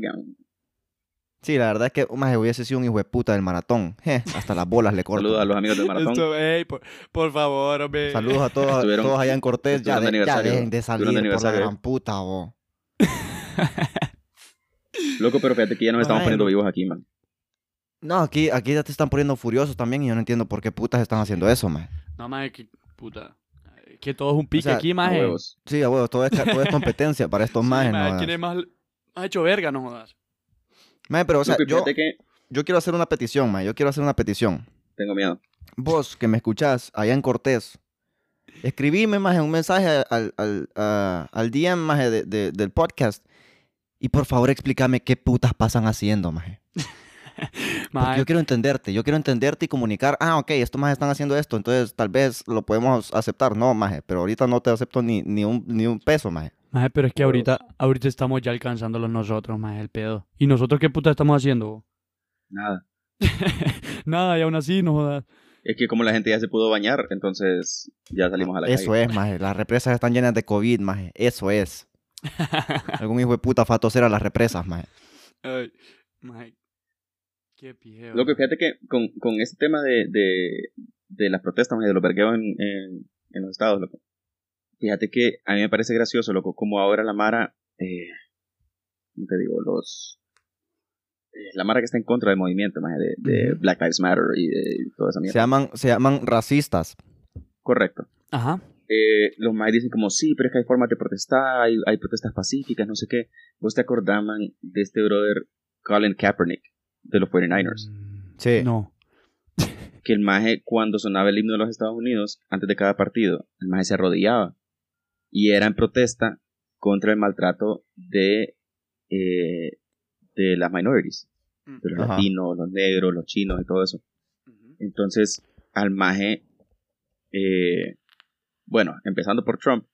Speaker 1: Sí, la verdad es que, maje, hubiese sido un hijo de puta del maratón. Je, hasta las bolas le cortan.
Speaker 2: Saludos a los amigos del maratón.
Speaker 3: Esto, ey, por, por favor, hombre.
Speaker 1: Saludos a todos,
Speaker 2: Estuvieron-
Speaker 1: todos allá en Cortés. Ya,
Speaker 2: estuvieron de
Speaker 1: de- ya
Speaker 2: aniversario,
Speaker 1: dejen de salir
Speaker 2: estuvieron de
Speaker 1: por la
Speaker 2: aniversario.
Speaker 1: gran puta, vos.
Speaker 2: Loco, pero fíjate que ya nos estamos
Speaker 1: Ay,
Speaker 2: poniendo
Speaker 1: no.
Speaker 2: vivos aquí, man.
Speaker 1: No, aquí, aquí ya te están poniendo furiosos también y yo no entiendo por qué putas están haciendo eso, maje.
Speaker 3: No, maje, que puta. Que todo es un pique
Speaker 1: sea,
Speaker 3: aquí,
Speaker 2: A
Speaker 3: maje.
Speaker 2: huevos.
Speaker 1: Sí, a huevo, todo es, ca- todo es competencia para estos
Speaker 3: Sí,
Speaker 1: majes,
Speaker 3: maje,
Speaker 1: no
Speaker 3: ¿Quién
Speaker 1: jodas.
Speaker 3: es más, más hecho verga, no jodas?
Speaker 1: Maje, pero, o sea,
Speaker 2: Loco, y
Speaker 1: yo,
Speaker 2: fíjate que
Speaker 1: yo quiero hacer una petición, maje. Yo quiero hacer una petición.
Speaker 2: tengo miedo.
Speaker 1: vos que me escuchás allá en Cortés, escribime más en un mensaje al, al, a- al DM más de, de- del podcast Y por favor explícame qué putas pasan haciendo, maje. Porque
Speaker 3: Mae,
Speaker 1: yo quiero entenderte, yo quiero entenderte y comunicar, ah, ok, estos más están haciendo esto, entonces tal vez lo podemos aceptar. No, maje, pero ahorita no te acepto ni, ni, un, ni un peso, maje.
Speaker 3: mae, pero es que ahorita, ahorita estamos ya alcanzándolo nosotros, mae, el pedo. ¿Y nosotros qué puta estamos haciendo? bo?
Speaker 2: Nada.
Speaker 3: Nada, y aún así no jodas.
Speaker 2: Es que como la gente ya se pudo bañar, entonces ya salimos a la
Speaker 1: Eso
Speaker 2: calle.
Speaker 1: es, maje. Las represas están llenas de COVID, maje. Eso
Speaker 3: *laughs*
Speaker 1: es. Algún hijo de puta fue a toser a las represas, maje.
Speaker 3: Ay, mae, qué pijeo.
Speaker 2: Lo que fíjate que con, con este tema de, de, de las protestas, maje, de los vergueos en, en, en los estados, loco. Fíjate que a mí me parece gracioso, loco, como ahora la Mara, eh, ¿cómo te digo? Los... eh, La Mara que está en contra del movimiento, maje, de, de
Speaker 3: Ujú.
Speaker 2: Black Lives Matter y de y toda esa
Speaker 1: Se
Speaker 2: mierda.
Speaker 1: llaman, se llaman racistas.
Speaker 2: Correcto.
Speaker 3: Ajá.
Speaker 2: eh, los maes dicen como, sí, pero es que hay formas de protestar, hay, hay protestas pacíficas, no sé qué. ¿Vos te acordaban de este brother Colin Kaepernick de los 49ers?
Speaker 3: Mm,
Speaker 1: Sí.
Speaker 3: No.
Speaker 2: Que el maje, cuando sonaba el himno de los Estados Unidos, antes de cada partido, el maje se arrodillaba. Y era en protesta contra el maltrato de, eh, de las minorities. De los
Speaker 1: Ajá.
Speaker 2: latinos, los negros, los chinos y todo eso.
Speaker 3: Ujú.
Speaker 2: Entonces, al maje, eh, bueno, empezando por Trump,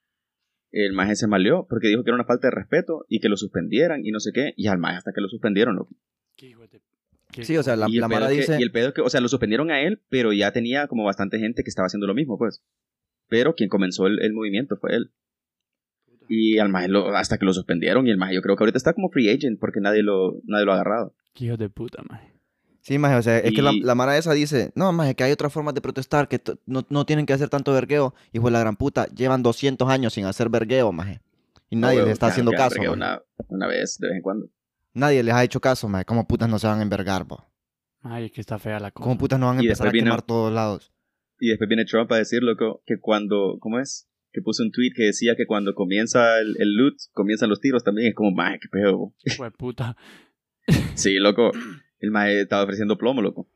Speaker 2: el maje se maleó porque dijo que era una falta de respeto y que lo suspendieran y no sé qué, y al maje hasta que lo suspendieron. loco.
Speaker 3: Qué hijo de- qué
Speaker 1: Sí, o sea, la,
Speaker 2: y, el
Speaker 1: la
Speaker 2: pedo
Speaker 1: Mara
Speaker 2: es que-
Speaker 1: dice.
Speaker 2: y el pedo es que, o sea, lo suspendieron a él, pero ya tenía como bastante gente que estaba haciendo lo mismo, pues. Pero quien comenzó el, el movimiento fue él.
Speaker 3: puta.
Speaker 2: Y al maje lo- hasta que lo suspendieron y el maje yo creo que ahorita está como free agent porque nadie lo, nadie lo ha agarrado.
Speaker 3: Qué hijo de puta, mae.
Speaker 1: Sí, maje, o sea, es que la,
Speaker 2: Y-
Speaker 1: la Mara esa dice, no, maje, que hay otras formas de protestar, que t- no, no tienen que hacer tanto vergueo. Hijo de la gran puta, llevan 200 años sin hacer vergueo, maje. Y nadie
Speaker 2: Ah, huevo,
Speaker 1: les está
Speaker 2: que-
Speaker 1: haciendo
Speaker 2: que-
Speaker 1: caso,
Speaker 2: que
Speaker 1: maje.
Speaker 2: Una, una vez, de vez en cuando.
Speaker 1: Nadie les ha hecho caso, maje. ¿Cómo putas no se van a envergar, bo?
Speaker 3: Ay, es que está fea la cosa.
Speaker 1: ¿Cómo putas no van a
Speaker 2: Y
Speaker 1: empezar
Speaker 2: después
Speaker 1: a
Speaker 2: viene-
Speaker 1: quemar todos lados?
Speaker 2: Y después viene Trump a decir, loco, que cuando, ¿cómo es? Que puso un tweet que decía que cuando comienza el, el loot, comienzan los tiros también. Es como, mae, qué pedo. bo".
Speaker 3: Hijo de puta.
Speaker 2: Sí, loco, el mae estaba ofreciendo plomo, loco.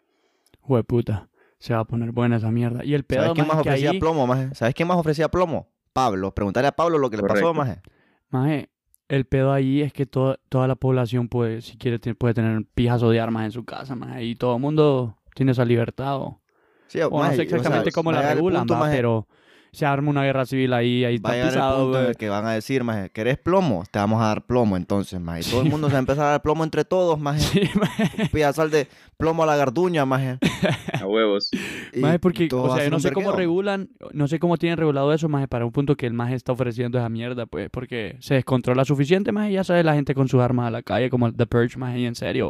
Speaker 3: Jueputa, se va a poner buena esa mierda. Y el
Speaker 1: ¿Sabes
Speaker 3: pedo
Speaker 1: quién
Speaker 3: más
Speaker 1: más
Speaker 3: que
Speaker 1: ofrecía
Speaker 3: ahí,
Speaker 1: plomo, maje? ¿Sabes quién más ofrecía plomo? Pablo. Preguntarle a Pablo lo que le pasó,
Speaker 2: Correcto.
Speaker 1: maje.
Speaker 3: maje, el pedo ahí es que toda, toda la población puede, si quiere, te- puede tener pijas o de armas en su casa, maje, y todo el mundo tiene esa libertad. O,
Speaker 1: Sí,
Speaker 3: o no sé exactamente cómo la regulan, va, pero se arma una guerra civil ahí, ahí
Speaker 1: Va a
Speaker 3: está
Speaker 1: llegar el
Speaker 3: pisado,
Speaker 1: punto en
Speaker 3: güey.
Speaker 1: el que van a decir, maje, ¿querés plomo? Te vamos a dar plomo entonces, maje. Y todo el mundo se va a empezar a dar plomo entre todos, maje.
Speaker 3: *laughs* *laughs* Sí, maje,
Speaker 1: Pillazal de plomo a la garduña,
Speaker 3: *laughs*
Speaker 1: maje.
Speaker 2: A huevos.
Speaker 1: Y
Speaker 3: maje, porque,
Speaker 1: todo va
Speaker 3: o
Speaker 1: a
Speaker 3: sea, yo
Speaker 1: ser
Speaker 3: no
Speaker 1: un
Speaker 3: sé cómo
Speaker 1: vergueo.
Speaker 3: regulan, no sé cómo tienen regulado eso, maje, para un punto que el maje está ofreciendo esa mierda, pues, porque se descontrola suficiente, maje, y ya sale la gente con sus armas a la calle, como The Purge, maje, y en serio.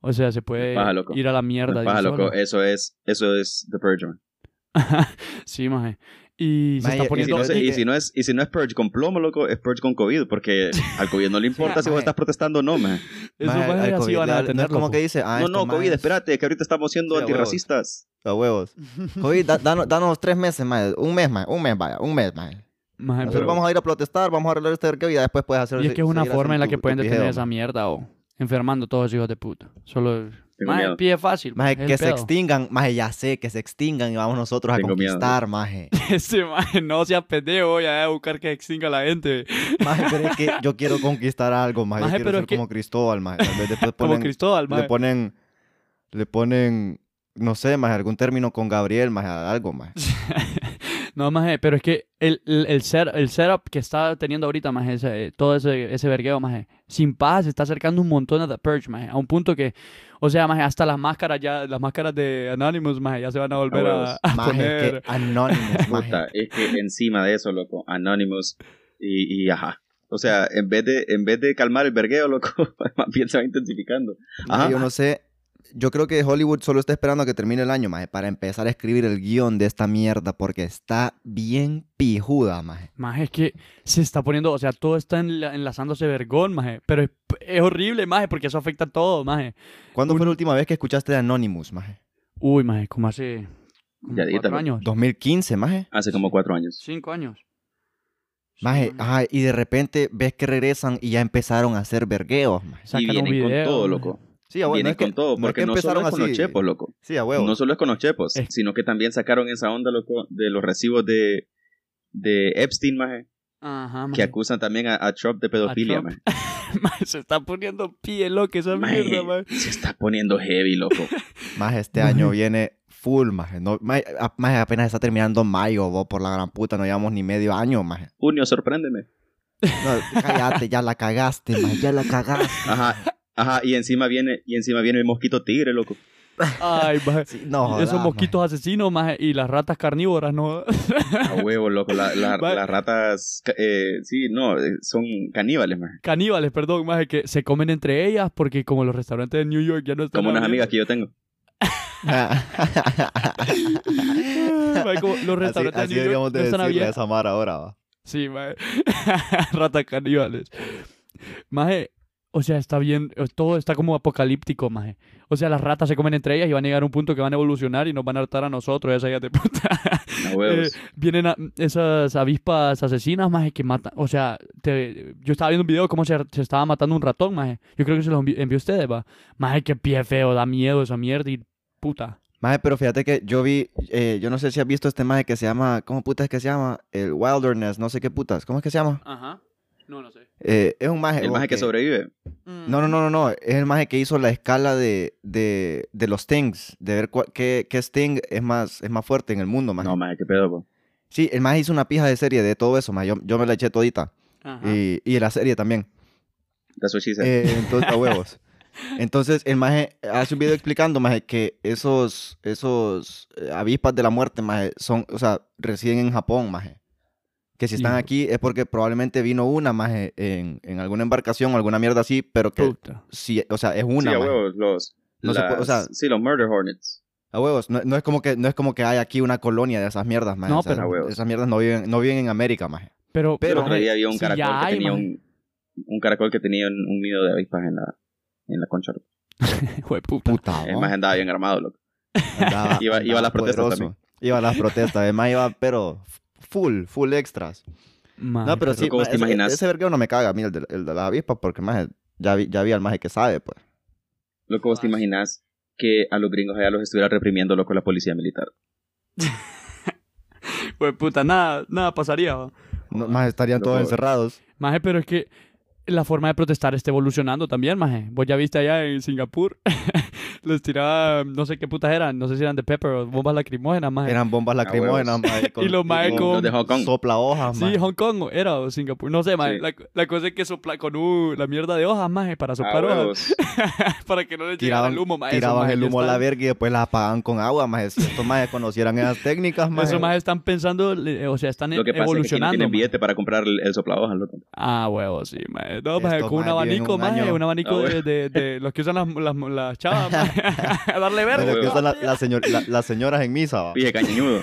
Speaker 3: O, o sea, se puede
Speaker 2: Paja, loco.
Speaker 3: ir a la *laughs* mierda. de un
Speaker 2: Paja,
Speaker 3: solo.
Speaker 2: loco, eso es, eso es The Purge, man.
Speaker 3: Ajá,
Speaker 2: eh.
Speaker 3: sí, maje. Y se
Speaker 1: Maje, y
Speaker 2: Y
Speaker 3: está
Speaker 2: si,
Speaker 3: poniendo.
Speaker 2: no
Speaker 1: Entonces,
Speaker 2: se- y
Speaker 1: dije-
Speaker 2: si no es, y si no es Purge con plomo, loco, es Purge con COVID, porque al COVID
Speaker 3: *laughs*
Speaker 2: no le importa si vos
Speaker 1: mae.
Speaker 2: estás protestando o no, mae.
Speaker 3: *laughs* esos
Speaker 1: Maje,
Speaker 3: majes
Speaker 1: al
Speaker 3: así
Speaker 1: COVID
Speaker 3: van
Speaker 1: le
Speaker 3: a
Speaker 1: da- no es
Speaker 3: detenerlo.
Speaker 1: como que dice, ah,
Speaker 2: no,
Speaker 1: estos
Speaker 2: no, COVID,
Speaker 1: majes-
Speaker 2: espérate, que ahorita estamos
Speaker 1: Sí, a
Speaker 2: siendo
Speaker 1: huevos.
Speaker 2: antirracistas.
Speaker 1: A
Speaker 2: *laughs*
Speaker 1: huevos. COVID, da- danos, danos tres meses, maje. Un mes, maje. Un mes, vaya. Un mes, maje.
Speaker 3: Maje,
Speaker 1: Nosotros
Speaker 3: pero-
Speaker 1: vamos a ir a protestar, vamos a arreglar este vergueo y ya después puedes hacer...
Speaker 3: Y es que es una
Speaker 1: seguir
Speaker 3: forma en la que
Speaker 1: haciendo tu-
Speaker 3: pueden
Speaker 1: tu
Speaker 3: detener
Speaker 1: pijeo,
Speaker 3: esa
Speaker 1: maje.
Speaker 3: mierda o enfermando a todos esos hijos de puta. Solo.
Speaker 2: Tengo
Speaker 3: Maje,
Speaker 2: miedo.
Speaker 3: el pie es fácil.
Speaker 1: Maje,
Speaker 3: es el
Speaker 1: que se
Speaker 3: pedo. *laughs*
Speaker 1: extingan. Maje, ya sé, que se extingan y vamos nosotros a
Speaker 2: Tengo miedo.
Speaker 1: conquistar,
Speaker 2: *laughs*
Speaker 1: maje.
Speaker 3: Ese maje Este no sea pendejo, ya voy a buscar que extinga a la gente.
Speaker 1: Maje, pero es que yo quiero conquistar algo, maje. Yo
Speaker 3: Maje,
Speaker 1: quiero
Speaker 3: pero
Speaker 1: ser
Speaker 3: es que-
Speaker 1: como Cristóbal, maje. Tal vez después
Speaker 3: *laughs* Como
Speaker 1: ponen-
Speaker 3: Cristóbal,
Speaker 1: le
Speaker 3: maje.
Speaker 1: ponen... Le ponen... No sé, maje, algún término con Gabriel, maje, algo,
Speaker 3: *laughs*
Speaker 1: maje.
Speaker 3: No, maje, pero es que el, el, el set- el setup que está teniendo ahorita, maje, ese- eh, todo ese, ese vergueo, maje, sin paz, se está acercando un montón a The Purge, maje, a un punto que, o sea, maje, hasta las máscaras ya, las máscaras de Anonymous, maje, ya se van a volver a,
Speaker 2: huevos.
Speaker 3: a
Speaker 1: Maje, es
Speaker 3: poner.
Speaker 1: que Anonymous, maje.
Speaker 2: Puta, es que encima de eso, loco, Anonymous y, y ajá. O sea, en vez, de, en vez de calmar el vergueo, loco, *laughs* más bien se va intensificando.
Speaker 1: Mae,
Speaker 2: Ajá.
Speaker 1: Yo no sé. Yo creo que Hollywood solo está esperando a que termine el año, maje, para empezar a escribir el guión de esta mierda, porque está bien pijuda, maje.
Speaker 3: Maje, es que se está poniendo, o sea, todo está enla- enlazándose vergón, maje, pero es, es horrible, maje, porque eso afecta a todo, maje.
Speaker 1: ¿Cuándo
Speaker 3: Un-
Speaker 1: fue la última vez que escuchaste de Anonymous, maje?
Speaker 3: Uy, maje, como hace como
Speaker 2: Ya,
Speaker 3: cuatro
Speaker 2: dítalo.
Speaker 3: años,
Speaker 1: 2015, maje.
Speaker 2: Hace como cuatro años.
Speaker 3: cinco años.
Speaker 1: Maje, ajá, y de repente ves que regresan y ya empezaron a hacer vergueos, maje.
Speaker 3: Sacan
Speaker 2: y
Speaker 3: un
Speaker 2: vienen
Speaker 3: video,
Speaker 2: con todo,
Speaker 3: maje.
Speaker 2: loco.
Speaker 1: Sí, a
Speaker 2: vienen con todo, porque no, solo es con los chepos, loco.
Speaker 1: Sí, a huevo.
Speaker 2: No solo es con los chepos,
Speaker 3: Es-
Speaker 2: sino que también sacaron esa onda, loco, de los recibos de, de Epstein, maje.
Speaker 3: Ajá,
Speaker 2: que
Speaker 3: maje.
Speaker 2: acusan también a, a Trump de pedofilia,
Speaker 3: Trump.
Speaker 2: maje.
Speaker 3: *laughs* Maje, se está poniendo pie loca esa
Speaker 2: Maje,
Speaker 3: mierda, maje.
Speaker 2: Se está poniendo heavy, loco.
Speaker 1: Más este
Speaker 3: Maje.
Speaker 1: año viene full, más. No, maje, a- maje, apenas está terminando mayo, vos, por la gran puta. No llevamos ni medio año, más.
Speaker 2: Junio, sorpréndeme.
Speaker 1: No, cállate, ya la cagaste, más. Ya la cagaste.
Speaker 2: Ajá, ajá, y encima viene, y encima viene el mosquito tigre, loco.
Speaker 3: Ay, maje.
Speaker 1: Sí, no, jodas,
Speaker 3: Esos
Speaker 1: maje. *laughs*
Speaker 3: mosquitos asesinos, maje, y las ratas carnívoras, ¿no? *laughs*
Speaker 2: A huevo, loco.
Speaker 1: *laughs*
Speaker 2: La- la-
Speaker 3: Va-
Speaker 2: las ratas, ca- eh, sí, no, eh, son caníbales, maje.
Speaker 3: Caníbales, perdón, maje, que se comen entre ellas porque como los restaurantes de New York ya no están...
Speaker 2: Como unas amigas que
Speaker 3: abriendo.
Speaker 2: yo tengo.
Speaker 3: *laughs* Maje, como los
Speaker 1: así
Speaker 3: restaurantes
Speaker 1: así
Speaker 3: de New
Speaker 1: deberíamos de
Speaker 3: York no están
Speaker 1: decirle a
Speaker 3: abiertos.
Speaker 1: esa mara ahora, va.
Speaker 3: Sí, maje. *laughs* Ratas caníbales. Maje, o sea, está bien, eh, todo está como apocalíptico, maje. O sea, las ratas se comen entre ellas y van a llegar a un punto que van a evolucionar y nos van a hartar a nosotros, esas hijas de puta.
Speaker 2: A huevos.
Speaker 3: Eh, vienen a- esas avispas asesinas, maje, que matan. O sea, te- yo estaba viendo un video de cómo se, se estaba matando un ratón, maje. Yo creo que se los envi- envió a ustedes, va. Maje, qué pie feo, da miedo esa mierda y puta.
Speaker 1: Maje, pero fíjate que yo vi, eh, yo no sé si has visto este maje que se llama, ¿cómo putas es que se llama? El Wilderness, no sé qué putas, ¿cómo es que se llama?
Speaker 3: Ajá. No, no sé.
Speaker 1: Eh, es un maje.
Speaker 2: El
Speaker 1: vos,
Speaker 2: maje que sobrevive.
Speaker 1: Mm. No, no, no, no, no, es el maje que hizo la escala de, de, de los stings, de ver cuál- qué, qué sting es más, es más fuerte en el mundo, maje.
Speaker 2: No, maje, qué pedo, po.
Speaker 1: Sí, el maje hizo una pija de serie de todo eso, maje, yo, yo me la eché todita, y, y la serie también.
Speaker 2: That's what she said.
Speaker 1: Eh, entonces, a
Speaker 2: *laughs*
Speaker 1: huevos. Entonces, el maje hace un video explicando, maje, que esos, esos eh, avispas de la muerte, maje, son, o sea, residen en Japón, maje. Que si están
Speaker 3: Hijo.
Speaker 1: aquí es porque probablemente vino una, maje, en, en alguna embarcación o alguna mierda así, pero que,
Speaker 3: Puta.
Speaker 1: sí, o sea, es una,
Speaker 2: sí, a
Speaker 1: maje.
Speaker 2: huevos, los...
Speaker 1: No se puede- o sea-
Speaker 2: las- sí, los Murder Hornets.
Speaker 1: A huevos. No, no es como que, no es como que hay aquí una colonia de esas mierdas, maje.
Speaker 3: No,
Speaker 1: O sea,
Speaker 3: pero-
Speaker 2: A huevos.
Speaker 1: Esas mierdas no viven, no viven en América, maje.
Speaker 2: Pero
Speaker 3: Pero,
Speaker 1: Pero,
Speaker 2: el otro
Speaker 3: maje,
Speaker 2: día había un
Speaker 3: si
Speaker 2: caracol
Speaker 3: ya
Speaker 2: que
Speaker 3: hay,
Speaker 2: tenía
Speaker 3: maje. *laughs*
Speaker 2: un, un caracol que tenía un, un nido de avispas en la, en la concha. loco.
Speaker 3: Jue puta.
Speaker 1: Puta,
Speaker 2: El
Speaker 1: ¿no?
Speaker 3: *laughs*
Speaker 2: maje andaba bien armado, loco.
Speaker 1: *laughs* Andaba-
Speaker 2: Iba- iba a
Speaker 1: andaba
Speaker 2: las protestas
Speaker 1: poderoso.
Speaker 2: también.
Speaker 1: Iba a las protestas, además iba, pero full, full extras.
Speaker 3: Maje,
Speaker 1: No, pero sí,
Speaker 2: ¿cómo
Speaker 1: ma,
Speaker 2: te
Speaker 1: ese-
Speaker 2: imaginas?
Speaker 1: Ese vergueo no me caga, mira, el de, el de las avispas, porque más ya vi, ya vi al maje que sabe, pues.
Speaker 2: Loco, ¿vos te
Speaker 3: Ah.
Speaker 2: imaginas que a los gringos allá los estuviera reprimiendo, loco, la policía militar?
Speaker 3: Jue puta, nada, nada pasaría, va.
Speaker 1: No, más estarían
Speaker 2: Loco.
Speaker 1: todos encerrados.
Speaker 3: Maje, pero es que la forma de protestar está evolucionando también, maje. Vos ya viste allá en Singapur, *laughs* les tiraba, no sé qué putas eran, no sé si eran de pepper o bombas lacrimógenas, maje.
Speaker 1: Eran bombas lacrimógenas,
Speaker 3: *laughs*
Speaker 1: maje. con-
Speaker 3: Ah. Y los majes
Speaker 1: con-
Speaker 3: con-
Speaker 2: Los de Hong Kong.
Speaker 1: Sopla hojas,
Speaker 3: Sí,
Speaker 1: maje.
Speaker 3: Hong Kong o- era o Singapur, no sé, maje.
Speaker 2: Sí.
Speaker 3: La, la cosa es que sopla con uh, la mierda de hojas, maje, para
Speaker 2: A
Speaker 3: soplar hojas,
Speaker 2: Ah, huevos.
Speaker 3: *laughs* para que no le llegara
Speaker 1: Tiraban,
Speaker 3: el humo, maje. Eso,
Speaker 1: tiraban
Speaker 3: maje,
Speaker 1: el
Speaker 3: ya
Speaker 1: humo a la
Speaker 3: están-
Speaker 1: verga y después las apagaban con agua, maje. Si estos majes conocieran esas técnicas, maje.
Speaker 3: Eso, maje, están pensando, le- o sea, están
Speaker 2: Lo que pasa es que aquí no
Speaker 3: evolucionando.
Speaker 2: tienen
Speaker 3: maje.
Speaker 2: billete para comprar el, el soplahojas, loco.
Speaker 3: Ah, huevo, sí, maje. No, maje,
Speaker 1: Estos
Speaker 3: con un
Speaker 1: majes viven
Speaker 3: abanico,
Speaker 1: un
Speaker 3: maje,
Speaker 1: año.
Speaker 3: un abanico
Speaker 2: Ah,
Speaker 3: de,
Speaker 2: *laughs*
Speaker 3: de, de los que usan las, las,
Speaker 1: *laughs*
Speaker 3: las chavas, maje. *laughs* A darle
Speaker 1: Pero
Speaker 3: verga.
Speaker 1: lo que
Speaker 2: huevo.
Speaker 1: usan la- la señor- la- las señoras en misa,
Speaker 3: Ah.
Speaker 1: va.
Speaker 2: Pije
Speaker 3: *laughs*
Speaker 2: cañudo.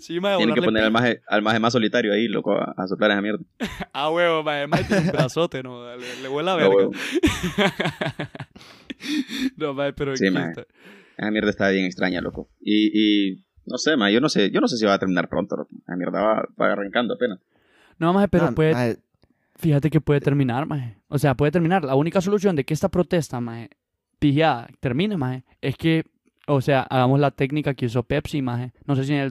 Speaker 3: Sí, maje,
Speaker 2: Tienen que
Speaker 3: volarle
Speaker 2: poner al maje, al maje más solitario ahí, loco, a, a soplar esa mierda.
Speaker 3: Ah, huevo, mae, mae tiene
Speaker 1: *laughs*
Speaker 3: un brazote, no, le, le huele a
Speaker 2: A
Speaker 3: Ah, verga.
Speaker 2: Ah, huevo.
Speaker 3: no, mae, pero
Speaker 2: Sí,
Speaker 3: aquí
Speaker 2: mae.
Speaker 3: está.
Speaker 2: Esa mierda está bien extraña, loco. Y, y no sé, maje, yo no sé, yo no sé si va a terminar pronto, loco. Esa mierda va, va arrancando apenas.
Speaker 3: No, mae, pero
Speaker 1: Ah,
Speaker 3: puede,
Speaker 1: maje,
Speaker 3: fíjate que
Speaker 1: Eh.
Speaker 3: puede terminar, mae. O sea, puede terminar. La única solución de que esta protesta, mae, pillada, termine, mae, es que, o sea, hagamos la técnica que hizo Pepsi, mae. No sé si en el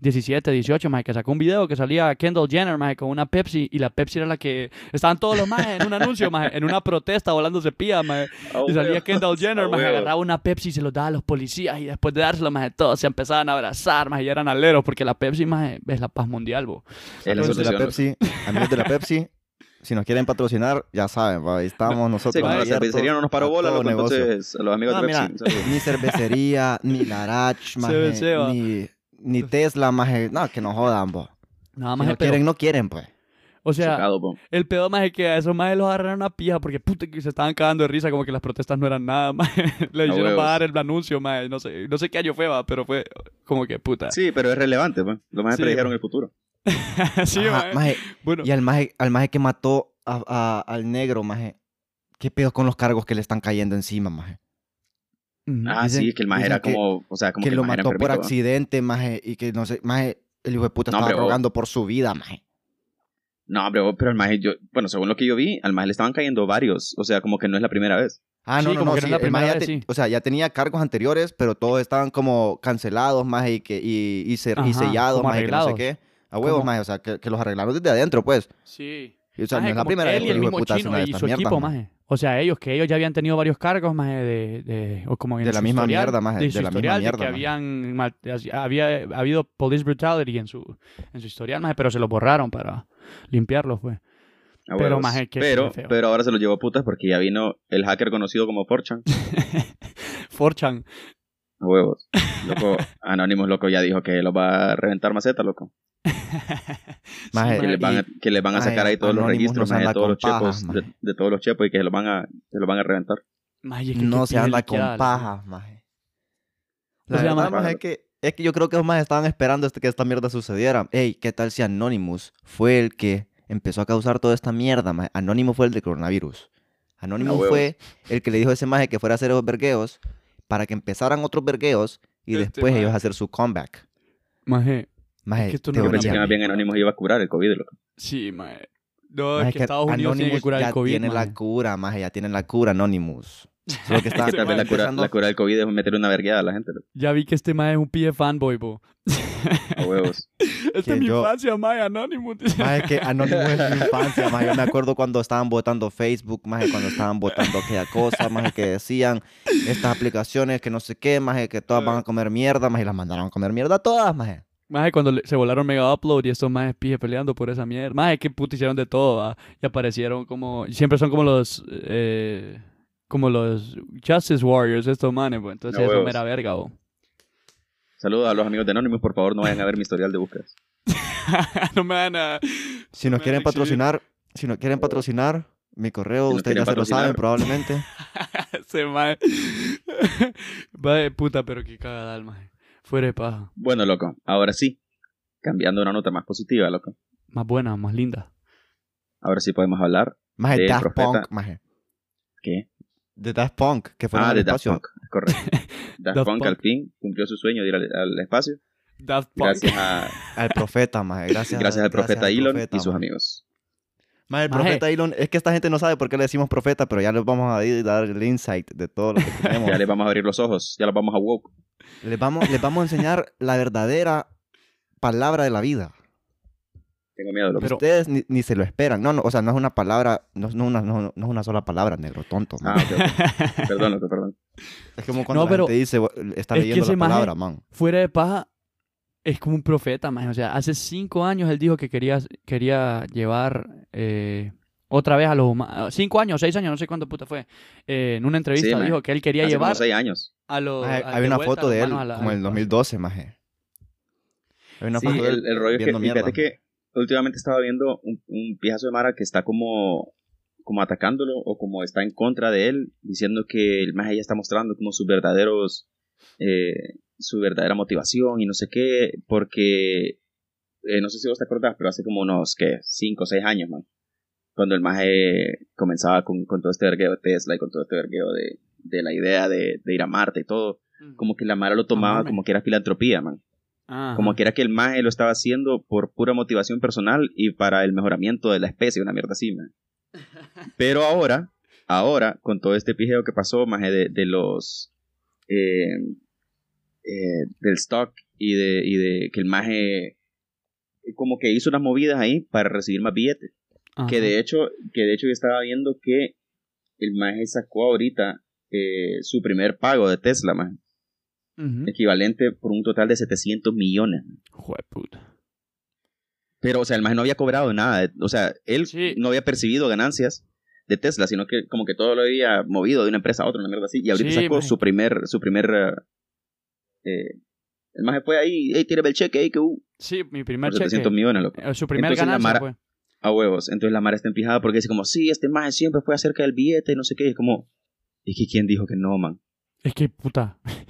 Speaker 3: 2017, 18, mae, que sacó un video que salía Kendall Jenner, mae, con una Pepsi y la Pepsi era la que estaban todos los majes en un anuncio, mae, en una protesta volándose pía, mae.
Speaker 2: A
Speaker 3: Y salía
Speaker 2: Ah, huevo.
Speaker 3: Kendall Jenner,
Speaker 2: A
Speaker 3: más
Speaker 2: huevo.
Speaker 3: agarraba una Pepsi y se los daba a los policías. Y después de dárselo, más de todos se empezaban a abrazar, más y eran aleros, porque la Pepsi, más es la paz mundial, bo.
Speaker 2: Es la
Speaker 1: amigos de la
Speaker 2: solución. loco.
Speaker 1: Pepsi, amigos de la Pepsi, si nos quieren patrocinar, ya saben, va, ahí estamos nosotros.
Speaker 2: Sí, como la
Speaker 1: abiertos
Speaker 2: cervecería no nos
Speaker 1: a
Speaker 2: paró bola,
Speaker 1: todo
Speaker 2: loco,
Speaker 1: negocio.
Speaker 2: entonces a los amigos
Speaker 1: No, Ah,
Speaker 2: de
Speaker 1: mira,
Speaker 2: Pepsi.
Speaker 1: *laughs*
Speaker 2: saludos.
Speaker 1: ni cervecería,
Speaker 2: *laughs*
Speaker 1: ni Larach, maje,
Speaker 3: CBC, va.
Speaker 1: ni, ni Tesla, maje. No, que no jodan, vos.
Speaker 2: Ah,
Speaker 3: Nada
Speaker 1: Si
Speaker 3: más
Speaker 1: no quieren, no quieren, pues.
Speaker 3: O sea,
Speaker 2: Chocado, po.
Speaker 3: el pedo más es que a esos más los agarraron una pija porque puta que se estaban cagando de risa, como que las protestas no eran nada, *laughs* más. Le
Speaker 2: A
Speaker 3: hicieron
Speaker 2: huevos.
Speaker 3: pagar el anuncio, más. No sé, no sé qué año fue, va, pero fue como que puta. *laughs* Sí,
Speaker 2: Sí, pero es relevante, pues. Los más
Speaker 3: Sí,
Speaker 2: predijeron
Speaker 3: po.
Speaker 2: el futuro.
Speaker 1: Ajá,
Speaker 3: mae.
Speaker 1: maje,
Speaker 3: Bueno,
Speaker 1: Y al maje, al maje que mató a- a- al negro, maje. ¿Qué pedo con los cargos que le están cayendo encima, maje?
Speaker 3: ujú.
Speaker 2: Ah,
Speaker 1: Dicen-
Speaker 2: sí, es que el maje
Speaker 1: dicen
Speaker 2: era
Speaker 1: que-
Speaker 2: como, o sea, como
Speaker 1: que,
Speaker 2: el
Speaker 1: lo
Speaker 2: maje era
Speaker 1: mató por
Speaker 2: enfermito, ¿va?
Speaker 1: accidente, maje. Y que no sé, maje, el hijo de puta
Speaker 2: No,
Speaker 1: estaba
Speaker 2: hombre, vos.
Speaker 1: rogando por su vida, maje.
Speaker 2: No, pero, pero al maje, yo, bueno, según lo que yo vi, al maje le estaban cayendo varios. O sea, como que no es la primera vez.
Speaker 1: Ah, no,
Speaker 3: Sí,
Speaker 1: no,
Speaker 3: como
Speaker 1: no,
Speaker 3: que no
Speaker 1: sí,
Speaker 3: es la
Speaker 1: el maje
Speaker 3: primera
Speaker 1: ya te-
Speaker 3: vez, sí.
Speaker 1: O sea, ya tenía cargos anteriores, pero todos estaban como cancelados, maje, y, que, y, y, ser- y
Speaker 3: Ajá,
Speaker 1: sellados,
Speaker 3: como
Speaker 1: maje, que no sé
Speaker 3: arreglados.
Speaker 1: qué. A huevos,
Speaker 3: ¿Cómo?
Speaker 1: maje. O sea, que, que los arreglaron desde adentro, pues.
Speaker 3: Sí.
Speaker 1: Y, o sea,
Speaker 3: Maje,
Speaker 1: no es la
Speaker 3: como
Speaker 1: primera vez
Speaker 3: él y
Speaker 1: que el
Speaker 3: el
Speaker 1: hijo de
Speaker 3: mismo
Speaker 1: puta hace
Speaker 3: chino
Speaker 1: una de
Speaker 3: y
Speaker 1: estas
Speaker 3: su
Speaker 1: mierdas,
Speaker 3: equipo,
Speaker 1: maje.
Speaker 3: maje. O sea, ellos, que ellos ya habían tenido varios cargos, maje, de... de- o como en
Speaker 1: De la
Speaker 3: su
Speaker 1: misma
Speaker 3: historial-
Speaker 1: mierda, maje,
Speaker 3: de
Speaker 1: de
Speaker 3: su
Speaker 1: la misma
Speaker 3: historial,
Speaker 1: mierda,
Speaker 3: que
Speaker 1: maje.
Speaker 3: habían... mal- había eh, habido police brutality en su, en su historial, maje, pero se lo borraron para limpiarlo, fue.
Speaker 2: A
Speaker 3: Pero,
Speaker 2: huevos.
Speaker 3: maje, que
Speaker 2: pero,
Speaker 3: se ve feo.
Speaker 2: pero ahora se lo llevó a putas porque ya vino el hacker conocido como Forchan.
Speaker 3: Forchan.
Speaker 1: *laughs*
Speaker 2: A huevos. Loco, Anonymous, loco, ya dijo que los va a reventar maceta, loco.
Speaker 1: Maje,
Speaker 2: Que les van a,
Speaker 1: Eh, y-
Speaker 2: que les van a
Speaker 1: maje,
Speaker 2: sacar ahí todos los
Speaker 1: Anonymous
Speaker 2: registros,
Speaker 1: no se
Speaker 2: maje, de
Speaker 1: anda
Speaker 2: todos
Speaker 1: con
Speaker 2: los chepos,
Speaker 1: pajas,
Speaker 2: de,
Speaker 1: maje.
Speaker 2: de todos los chepos y que se los van a, se los van a reventar.
Speaker 3: Maje, que qué
Speaker 1: No se anda
Speaker 3: piel
Speaker 1: con
Speaker 3: queda, loco.
Speaker 1: pajas, maje. La
Speaker 3: O sea,
Speaker 1: verdad,
Speaker 2: maje-
Speaker 1: maje, es que, es que yo creo que los majes estaban esperando este- que esta mierda sucediera. Ey, ¿qué tal si Anonymous fue el que empezó a causar toda esta mierda, maje? Anonymous fue el de coronavirus. Anonymous
Speaker 2: huevos.
Speaker 1: fue el que le dijo a ese maje que fuera a hacer los vergueos para que empezaran otros vergueos y
Speaker 3: Este
Speaker 1: después ellos
Speaker 3: maje.
Speaker 1: hacer su comeback.
Speaker 3: Maje,
Speaker 1: Maje,
Speaker 3: que esto no
Speaker 2: Yo
Speaker 3: Pero
Speaker 2: pensé
Speaker 3: no,
Speaker 2: que
Speaker 1: teoría.
Speaker 2: más bien Anonymous iba a curar el COVID, loco.
Speaker 3: sí, maje. No,
Speaker 1: Maje,
Speaker 3: es que, Estados Unidos tiene que
Speaker 1: Anonymous
Speaker 3: curar
Speaker 1: ya
Speaker 3: el COVID,
Speaker 1: tiene
Speaker 3: maje.
Speaker 1: la cura, maje, ya tienen la cura Anonymous. Solo que está
Speaker 3: Este
Speaker 2: Tal vez la cura,
Speaker 1: empezando-
Speaker 2: la cura del COVID es meterle una vergueada a la gente, loco.
Speaker 3: Ya vi que este maje es un pie fanboy, bo.
Speaker 2: A huevos.
Speaker 3: Esta
Speaker 1: Que
Speaker 3: es mi
Speaker 1: yo-
Speaker 3: infancia, maje, Anonymous. *laughs*
Speaker 1: Más es que Anonymous es mi infancia, más yo me acuerdo cuando estaban votando Facebook, más cuando estaban votando aquella cosa, más que decían estas aplicaciones que no sé qué, más que todas van a comer mierda, más y las mandaron a comer mierda todas, más.
Speaker 3: Maje, cuando le- se volaron Mega Upload y estos majes pije peleando por esa mierda. Maje, que puto hicieron de todo, va. Y aparecieron como... Siempre son como los... eh, como los Justice Warriors, estos manes, bo. Entonces
Speaker 2: No
Speaker 3: eso
Speaker 2: huevos.
Speaker 3: mera verga, bo.
Speaker 2: Saludos a los amigos de Anonymous, por favor, no vayan a ver mi historial de búsquedas.
Speaker 3: *laughs* no me van a...
Speaker 1: Si nos quieren
Speaker 3: Me van a exhibir.
Speaker 1: patrocinar, si nos quieren patrocinar, mi correo,
Speaker 2: Si nos
Speaker 1: ustedes ya
Speaker 2: quieren
Speaker 1: se lo saben
Speaker 2: patrocinar.
Speaker 1: probablemente.
Speaker 3: *laughs* Ese *laughs* maje... Vaya puta, pero qué cagadal, maje. Fuera de paja.
Speaker 2: Bueno, loco, ahora sí. Cambiando a una nota más positiva, loco.
Speaker 3: Más buena, más linda.
Speaker 2: Ahora sí podemos hablar.
Speaker 1: Más de
Speaker 2: Del
Speaker 1: Daft
Speaker 2: profeta.
Speaker 1: Punk, más.
Speaker 2: ¿Qué?
Speaker 1: De Daft Punk, que fueron
Speaker 2: ah,
Speaker 1: al
Speaker 2: de Daft
Speaker 1: espacio.
Speaker 2: Punk, es correcto. Daft,
Speaker 3: Daft
Speaker 2: Punk, al fin cumplió su sueño de ir al, al espacio.
Speaker 3: Daft Punk.
Speaker 2: Gracias, a,
Speaker 1: Al profeta, más. Gracias,
Speaker 2: gracias al profeta Elon
Speaker 1: profeta,
Speaker 2: y sus
Speaker 1: maje.
Speaker 2: amigos.
Speaker 1: Maje, el
Speaker 3: Maje.
Speaker 1: profeta Elon, es que esta gente no sabe por qué le decimos profeta, pero ya les vamos a ir- dar el insight de todo lo que tenemos.
Speaker 2: *laughs* Ya les vamos a abrir los ojos, ya los vamos a woke.
Speaker 1: Les vamos, les vamos a enseñar la verdadera palabra de la vida.
Speaker 2: Tengo miedo, loco.
Speaker 3: Pero-
Speaker 1: Ustedes ni, ni se lo esperan. No, no, o sea, no es una palabra, no, es- no una, no, no es una sola palabra, negro tonto. man.
Speaker 2: Ah, ok, ok. Perdón, loco, perdón.
Speaker 1: Es como cuando
Speaker 3: No,
Speaker 1: la
Speaker 3: pero
Speaker 1: gente dice, "Bu- está
Speaker 3: es que
Speaker 1: leyendo
Speaker 3: esa
Speaker 1: la
Speaker 3: imagen-
Speaker 1: palabra, man.
Speaker 3: fuera de paja, es como un profeta, maje. O sea, hace cinco años él dijo que quería, quería llevar eh, otra vez a los humanos. Cinco años, seis años, no sé cuánto puta fue. eh, en una entrevista
Speaker 2: maje.
Speaker 3: dijo que él quería
Speaker 2: Hace como
Speaker 3: llevar
Speaker 2: seis años.
Speaker 3: a los.
Speaker 1: Maje,
Speaker 3: a-
Speaker 1: hay una
Speaker 3: vuelta
Speaker 1: foto
Speaker 3: a
Speaker 1: de
Speaker 3: los
Speaker 1: él,
Speaker 3: humanos a la-
Speaker 1: como en el 2012, maje. Hay una
Speaker 2: Sí,
Speaker 1: foto de él
Speaker 2: el, el rollo es que,
Speaker 1: viendo
Speaker 2: y
Speaker 1: mierda,
Speaker 2: fíjate que últimamente estaba viendo un, un piezazo de Mara que está como, como atacándolo o como está en contra de él, diciendo que el más ella está mostrando como sus verdaderos, eh, su verdadera motivación y no sé qué, porque, eh, no sé si vos te acordás, pero hace como unos, ¿qué? 5 o 6 años, man, cuando el maje comenzaba con, con todo este vergueo de Tesla y con todo este vergueo de, de la idea de, de ir a Marte y todo, como que la Mara lo tomaba
Speaker 3: mames.
Speaker 2: como que era filantropía, man
Speaker 3: Ajá.
Speaker 2: como que era que el maje lo estaba haciendo por pura motivación personal y para el mejoramiento de la especie, una mierda
Speaker 3: *laughs*
Speaker 2: así, man. Pero ahora, ahora, con todo este pijeo que pasó, maje, de, de los... eh, eh, del stock y de, y de que el maje eh, como que hizo unas movidas ahí para recibir más billetes.
Speaker 3: Ajá.
Speaker 2: Que de hecho, que de hecho yo estaba viendo que el maje sacó ahorita eh, su primer pago de Tesla, maje,
Speaker 3: Ujú.
Speaker 2: Eh, equivalente por un total de 700 millones.
Speaker 3: Jueputa.
Speaker 2: Pero, o sea, el maje no había cobrado nada. O sea, él
Speaker 3: Sí.
Speaker 2: no había percibido ganancias de Tesla, sino que como que todo lo había movido de una empresa a otra, una mierda así. Y ahorita
Speaker 3: Sí,
Speaker 2: sacó
Speaker 3: maje.
Speaker 2: su primer, su primer... eh, el maje fue ahí, hey, tírame el cheque, hey, que uh,
Speaker 3: Sí, mi
Speaker 2: por
Speaker 3: primer
Speaker 2: 700
Speaker 3: cheque.
Speaker 2: millones, loco.
Speaker 3: Eh, Su primer
Speaker 2: Entonces la
Speaker 3: ganancia
Speaker 2: Mara-
Speaker 3: fue.
Speaker 2: A huevos. Entonces la Mara está empijada porque dice como, sí, este maje siempre fue acerca del billete y no sé qué. Y es como, es que ¿quién dijo que no, man?
Speaker 3: Es que puta. *laughs*